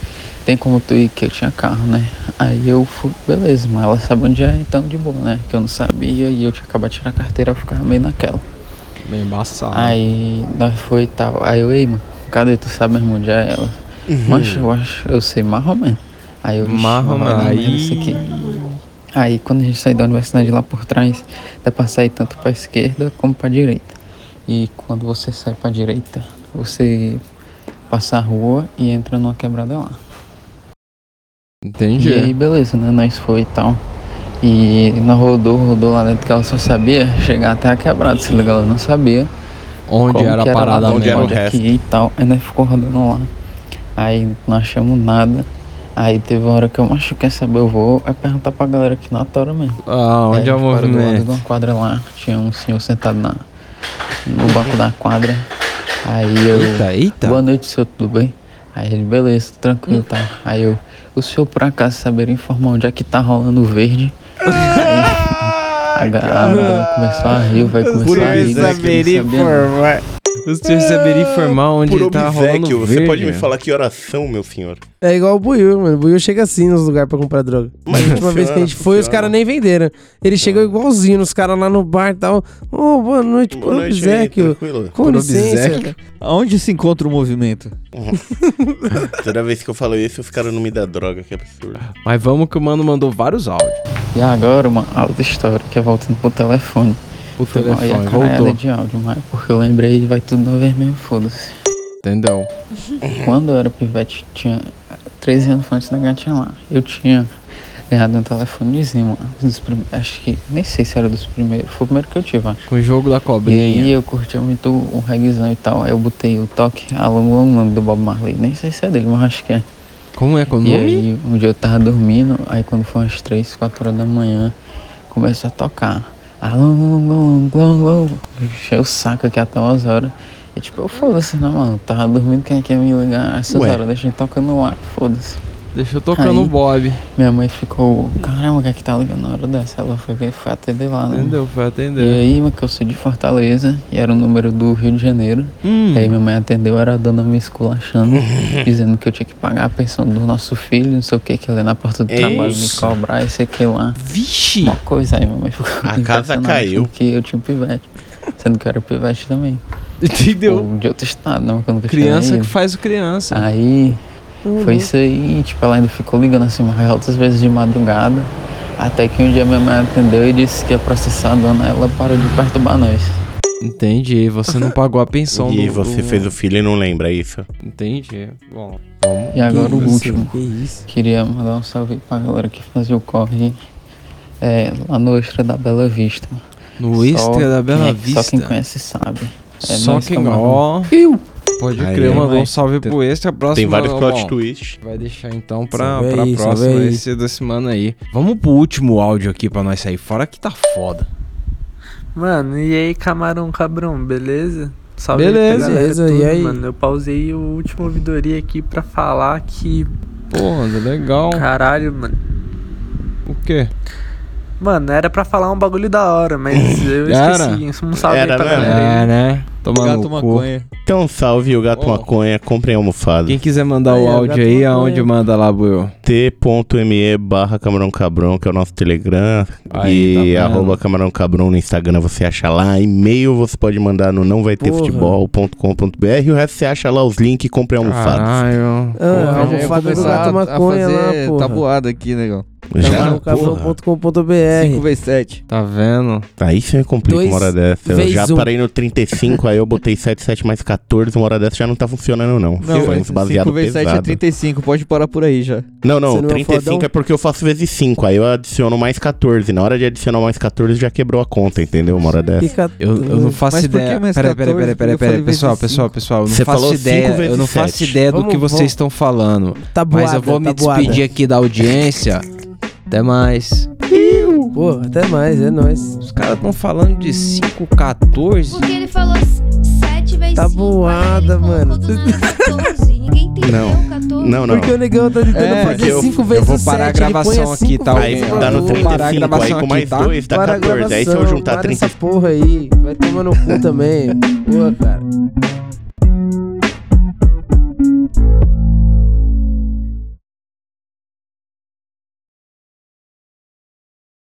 S25: tem como tu ir que eu tinha carro, né? Aí eu fui, beleza, mas ela sabe onde é, então de boa, né? Que eu não sabia e eu tinha acabado de tirar a carteira, eu ficava meio naquela.
S2: Meio embaçado.
S25: Aí nós foi e tal. Aí eu, ei, mano, cadê tu sabe mesmo onde é ela?
S2: Uhum.
S25: Mas eu acho, eu sei mais ou menos. Aí eu "Vixe,
S2: Mais ou
S25: mas
S2: menos.
S25: não é isso aqui. Aí quando a gente sai da universidade lá por trás, dá pra sair tanto pra esquerda como pra direita. E quando você sai pra direita, você passa a rua e entra numa quebrada lá.
S6: Entendi.
S25: E aí, beleza, né? Nós foi e tal. E nós rodou, rodou lá dentro que ela só sabia chegar até a quebrada, se liga, ela não sabia.
S2: Onde
S25: como
S2: era a
S25: que lá
S2: parada
S25: dentro,
S2: mesmo.
S25: onde
S2: Onde era o
S25: aqui e tal. Aí nós ficou rodando lá. Aí não achamos nada. Aí teve uma hora que eu macho, quer saber, eu vou é perguntar pra galera aqui na tora mesmo.
S2: Ah, onde
S25: Aí
S2: é o
S25: a gente parou do lado
S2: movimento?
S25: de uma quadra lá, tinha um senhor sentado na, no banco da quadra. Aí eu.
S2: Eita, eita.
S25: Boa noite, senhor, tudo bem? Aí ele, beleza, tudo tranquilo, tá? Aí eu, o senhor por acaso saberia informar onde é que tá rolando o verde? Aí, a, ga- a galera começou a rir, vai
S2: O
S25: começar a
S2: senhor
S25: rir. né, que ele
S2: saberia
S25: sabia não.
S2: informar. O senhor saberia informar onde
S3: Ah, Por
S2: ele tá rolando
S3: obsequio, você
S2: verde?
S3: pode me falar que horas são, meu senhor?
S4: É igual o Buiu, mano. O Buiu chega assim nos lugares pra comprar droga. a última vez que a gente
S3: funciona,
S4: foi, os caras nem venderam. Ele chegou igualzinho nos caras lá no bar e tal. Ô, boa noite, por
S6: noite aí,
S4: obsequio.
S6: tranquilo?
S4: Com
S6: Por
S4: licença.
S6: obsequio? Aonde se encontra o movimento?
S4: Ah,
S3: Toda vez que eu falo isso, os caras não me dão droga, que absurdo.
S2: Mas vamos que o mano mandou vários áudios.
S25: E agora uma alta história que é voltando pro telefone.
S2: O
S25: Foi uma-
S2: telefone,
S25: e a caralhada
S2: voltou.
S25: de áudio, mas porque eu lembrei vai tudo no vermelho, foda-se.
S2: Entendeu?
S25: Quando eu era pivete, tinha 13 anos antes da gatinha lá. Eu tinha ganhado um telefonezinho, mano. um dos prime- acho que, nem sei se era dos primeiros, foi o primeiro que eu tive, acho.
S2: Com o jogo da
S25: E
S2: cobrinha.
S25: aí eu curtia muito o reggaezão e tal, aí eu botei o toque Alamo Alamo do Bob Marley, nem sei se é dele, mas acho que é.
S2: Como é que é o
S25: E
S2: nome?
S25: aí um dia eu tava dormindo, aí quando foi umas 3, 4 horas da manhã, começou a tocar. Alamo Alamo Alamo Enchei o saco aqui até umas horas. E tipo, eu foda-se, não, mano, tava dormindo, quem é que ia me ligar essas
S2: Ué.
S25: horas? Deixa eu tocar no ar, foda-se.
S2: Deixa eu tocando o
S25: Aí-
S2: Bob.
S25: Minha mãe ficou, caramba, o que é que tá ligando na hora dessa? Ela foi, ver- foi atender lá, né?
S2: Entendeu? Foi atender.
S25: E aí, mano, que eu sou de Fortaleza e era o número do Rio de Janeiro.
S2: Hum.
S25: E aí minha mãe atendeu, era a dona me esculachando, dizendo que eu tinha que pagar a pensão do nosso filho, não sei o que, que ele é na porta do trabalho me
S3: Isso.
S25: cobrar, isso aqui lá.
S2: Vixe!
S25: Uma coisa aí, minha mãe ficou
S3: A casa
S25: impressionada
S3: caiu.
S25: com Que eu tinha um pivete. Sendo que eu era pivete também.
S2: Entendeu?
S25: Ou de outro estado, não, que eu nunca tinha
S2: Criança
S25: nem
S2: que
S25: ido.
S2: faz o criança.
S25: Aí
S2: Uhum.
S25: foi isso aí, tipo, ela ainda ficou ligando assim umas altas vezes de madrugada. Até que um dia minha mãe atendeu e disse que ia processar a dona, ela parou de perturbar nós.
S2: Entendi. Você não pagou a pensão
S3: E
S2: do-
S3: você
S2: do-
S3: fez o filho e não lembra isso.
S2: Entendi. Bom.
S25: E agora o
S2: isso,
S25: último. Queria mandar um salve pra galera que fazia o corre é, lá no Extra da Bela Vista.
S2: No
S25: Só
S2: Extra da Bela
S25: quem é- Só
S2: Vista?
S25: quem conhece sabe. É
S2: Só
S25: nós
S2: quem-
S25: camarão.
S2: ó. Pode
S25: Aí,
S2: crer, mandou
S25: vai.
S2: um salve pro extra. Próximo,
S3: Tem vários
S2: ó,
S3: plot
S2: bom,
S3: twists. né?
S2: Vai deixar então pra,
S3: Salve
S2: pra
S3: aí, salve
S2: próxima
S3: aí.
S2: esse da semana aí. Vamos pro último áudio aqui pra nós sair fora que tá foda.
S11: Mano, e aí, camarão cabrão, beleza?
S2: Beleza.
S11: aí pra galera
S2: Beleza,
S11: toda,
S2: e aí?
S11: Mano, eu pausei o último ouvidoria aqui pra falar que.
S2: Porra, legal.
S11: Caralho, mano.
S2: O quê?
S11: Mano, era pra falar um bagulho da hora, mas eu
S2: Era?
S11: esqueci. Um salve
S2: Era
S11: aí pra
S3: tá
S2: mesmo?
S11: galera. aí.
S2: É, né? Tomar
S11: Gato
S2: no cu.
S11: maconha.
S3: Então salve o gato maconha, comprem almofada.
S2: Quem quiser mandar o áudio aí, aonde manda lá, Buiu?
S3: T.me barra Camarão Cabrão, que é o nosso Telegram.
S2: Aí,
S3: e
S2: tá vendo?
S3: arroba Camarão Cabrão no Instagram você acha lá. E-mail você pode mandar no não vai ter
S4: Porra.
S3: futebol.com.br. E o resto você acha lá os links e compre almofadas.
S2: Caralho.
S4: Ah,
S6: Porra, já ia
S4: almofada do
S6: começar
S4: gato
S6: a- a
S4: maconha lá,
S6: fazer
S4: porra.
S6: tabuada aqui, negão.
S3: Já?
S4: Cabrão.com.br
S6: 5x7.
S2: Tá vendo?
S3: Aí você complica
S4: Dois
S3: uma hora dessa. Eu
S4: vezes
S3: já
S4: um.
S3: parei no 35, aí eu botei 7, 7 mais 14. Uma hora dessa já não tá funcionando, não.
S6: Não,
S3: Foi
S6: mas
S3: uns baseado
S6: 5x7 é
S3: pesado.
S6: 35, pode parar por aí já.
S3: Não, não, 35 é porque eu faço vezes 5, aí eu adiciono mais 14. Na hora de adicionar mais 14 já quebrou a conta, entendeu? Uma hora dessa.
S2: Eu, eu não faço ideia. Peraí,
S3: tá
S2: peraí, peraí, peraí, peraí. Pessoal, pessoal, pessoal, eu não
S3: Você
S2: faço
S3: falou
S2: ideia.
S3: cinco vezes
S2: Eu não
S3: sete.
S2: faço ideia do
S3: Vamos-
S2: que vocês
S3: vamos- Tá
S2: estão falando.
S4: Tabuada,
S2: mas eu vou me
S4: tabuada.
S2: despedir aqui da audiência. Até mais.
S4: Pô, até mais, é nóis.
S2: Os caras estão falando de 514.
S9: Porque ele falou 7 vezes
S4: Tá boada, mano.
S3: Não. Não, não.
S4: Porque o negão tá tentando
S2: É,
S4: fazer
S2: porque eu-
S4: 5
S2: eu
S4: vezes
S2: vou parar a
S4: sete, ele põe
S2: gravação
S4: cinco
S2: aqui, tá,
S4: vezes
S3: Aí
S4: sete.
S3: dá no
S4: Parar a
S3: 35, aí
S4: gravação
S3: com
S4: aqui,
S3: mais
S4: tá?
S3: 2 dá
S4: Para a
S3: 14. Aí se eu
S4: gravação,
S3: juntar
S4: para
S3: 30.
S4: essa porra aí. Vai tomar no cu também. Boa, cara.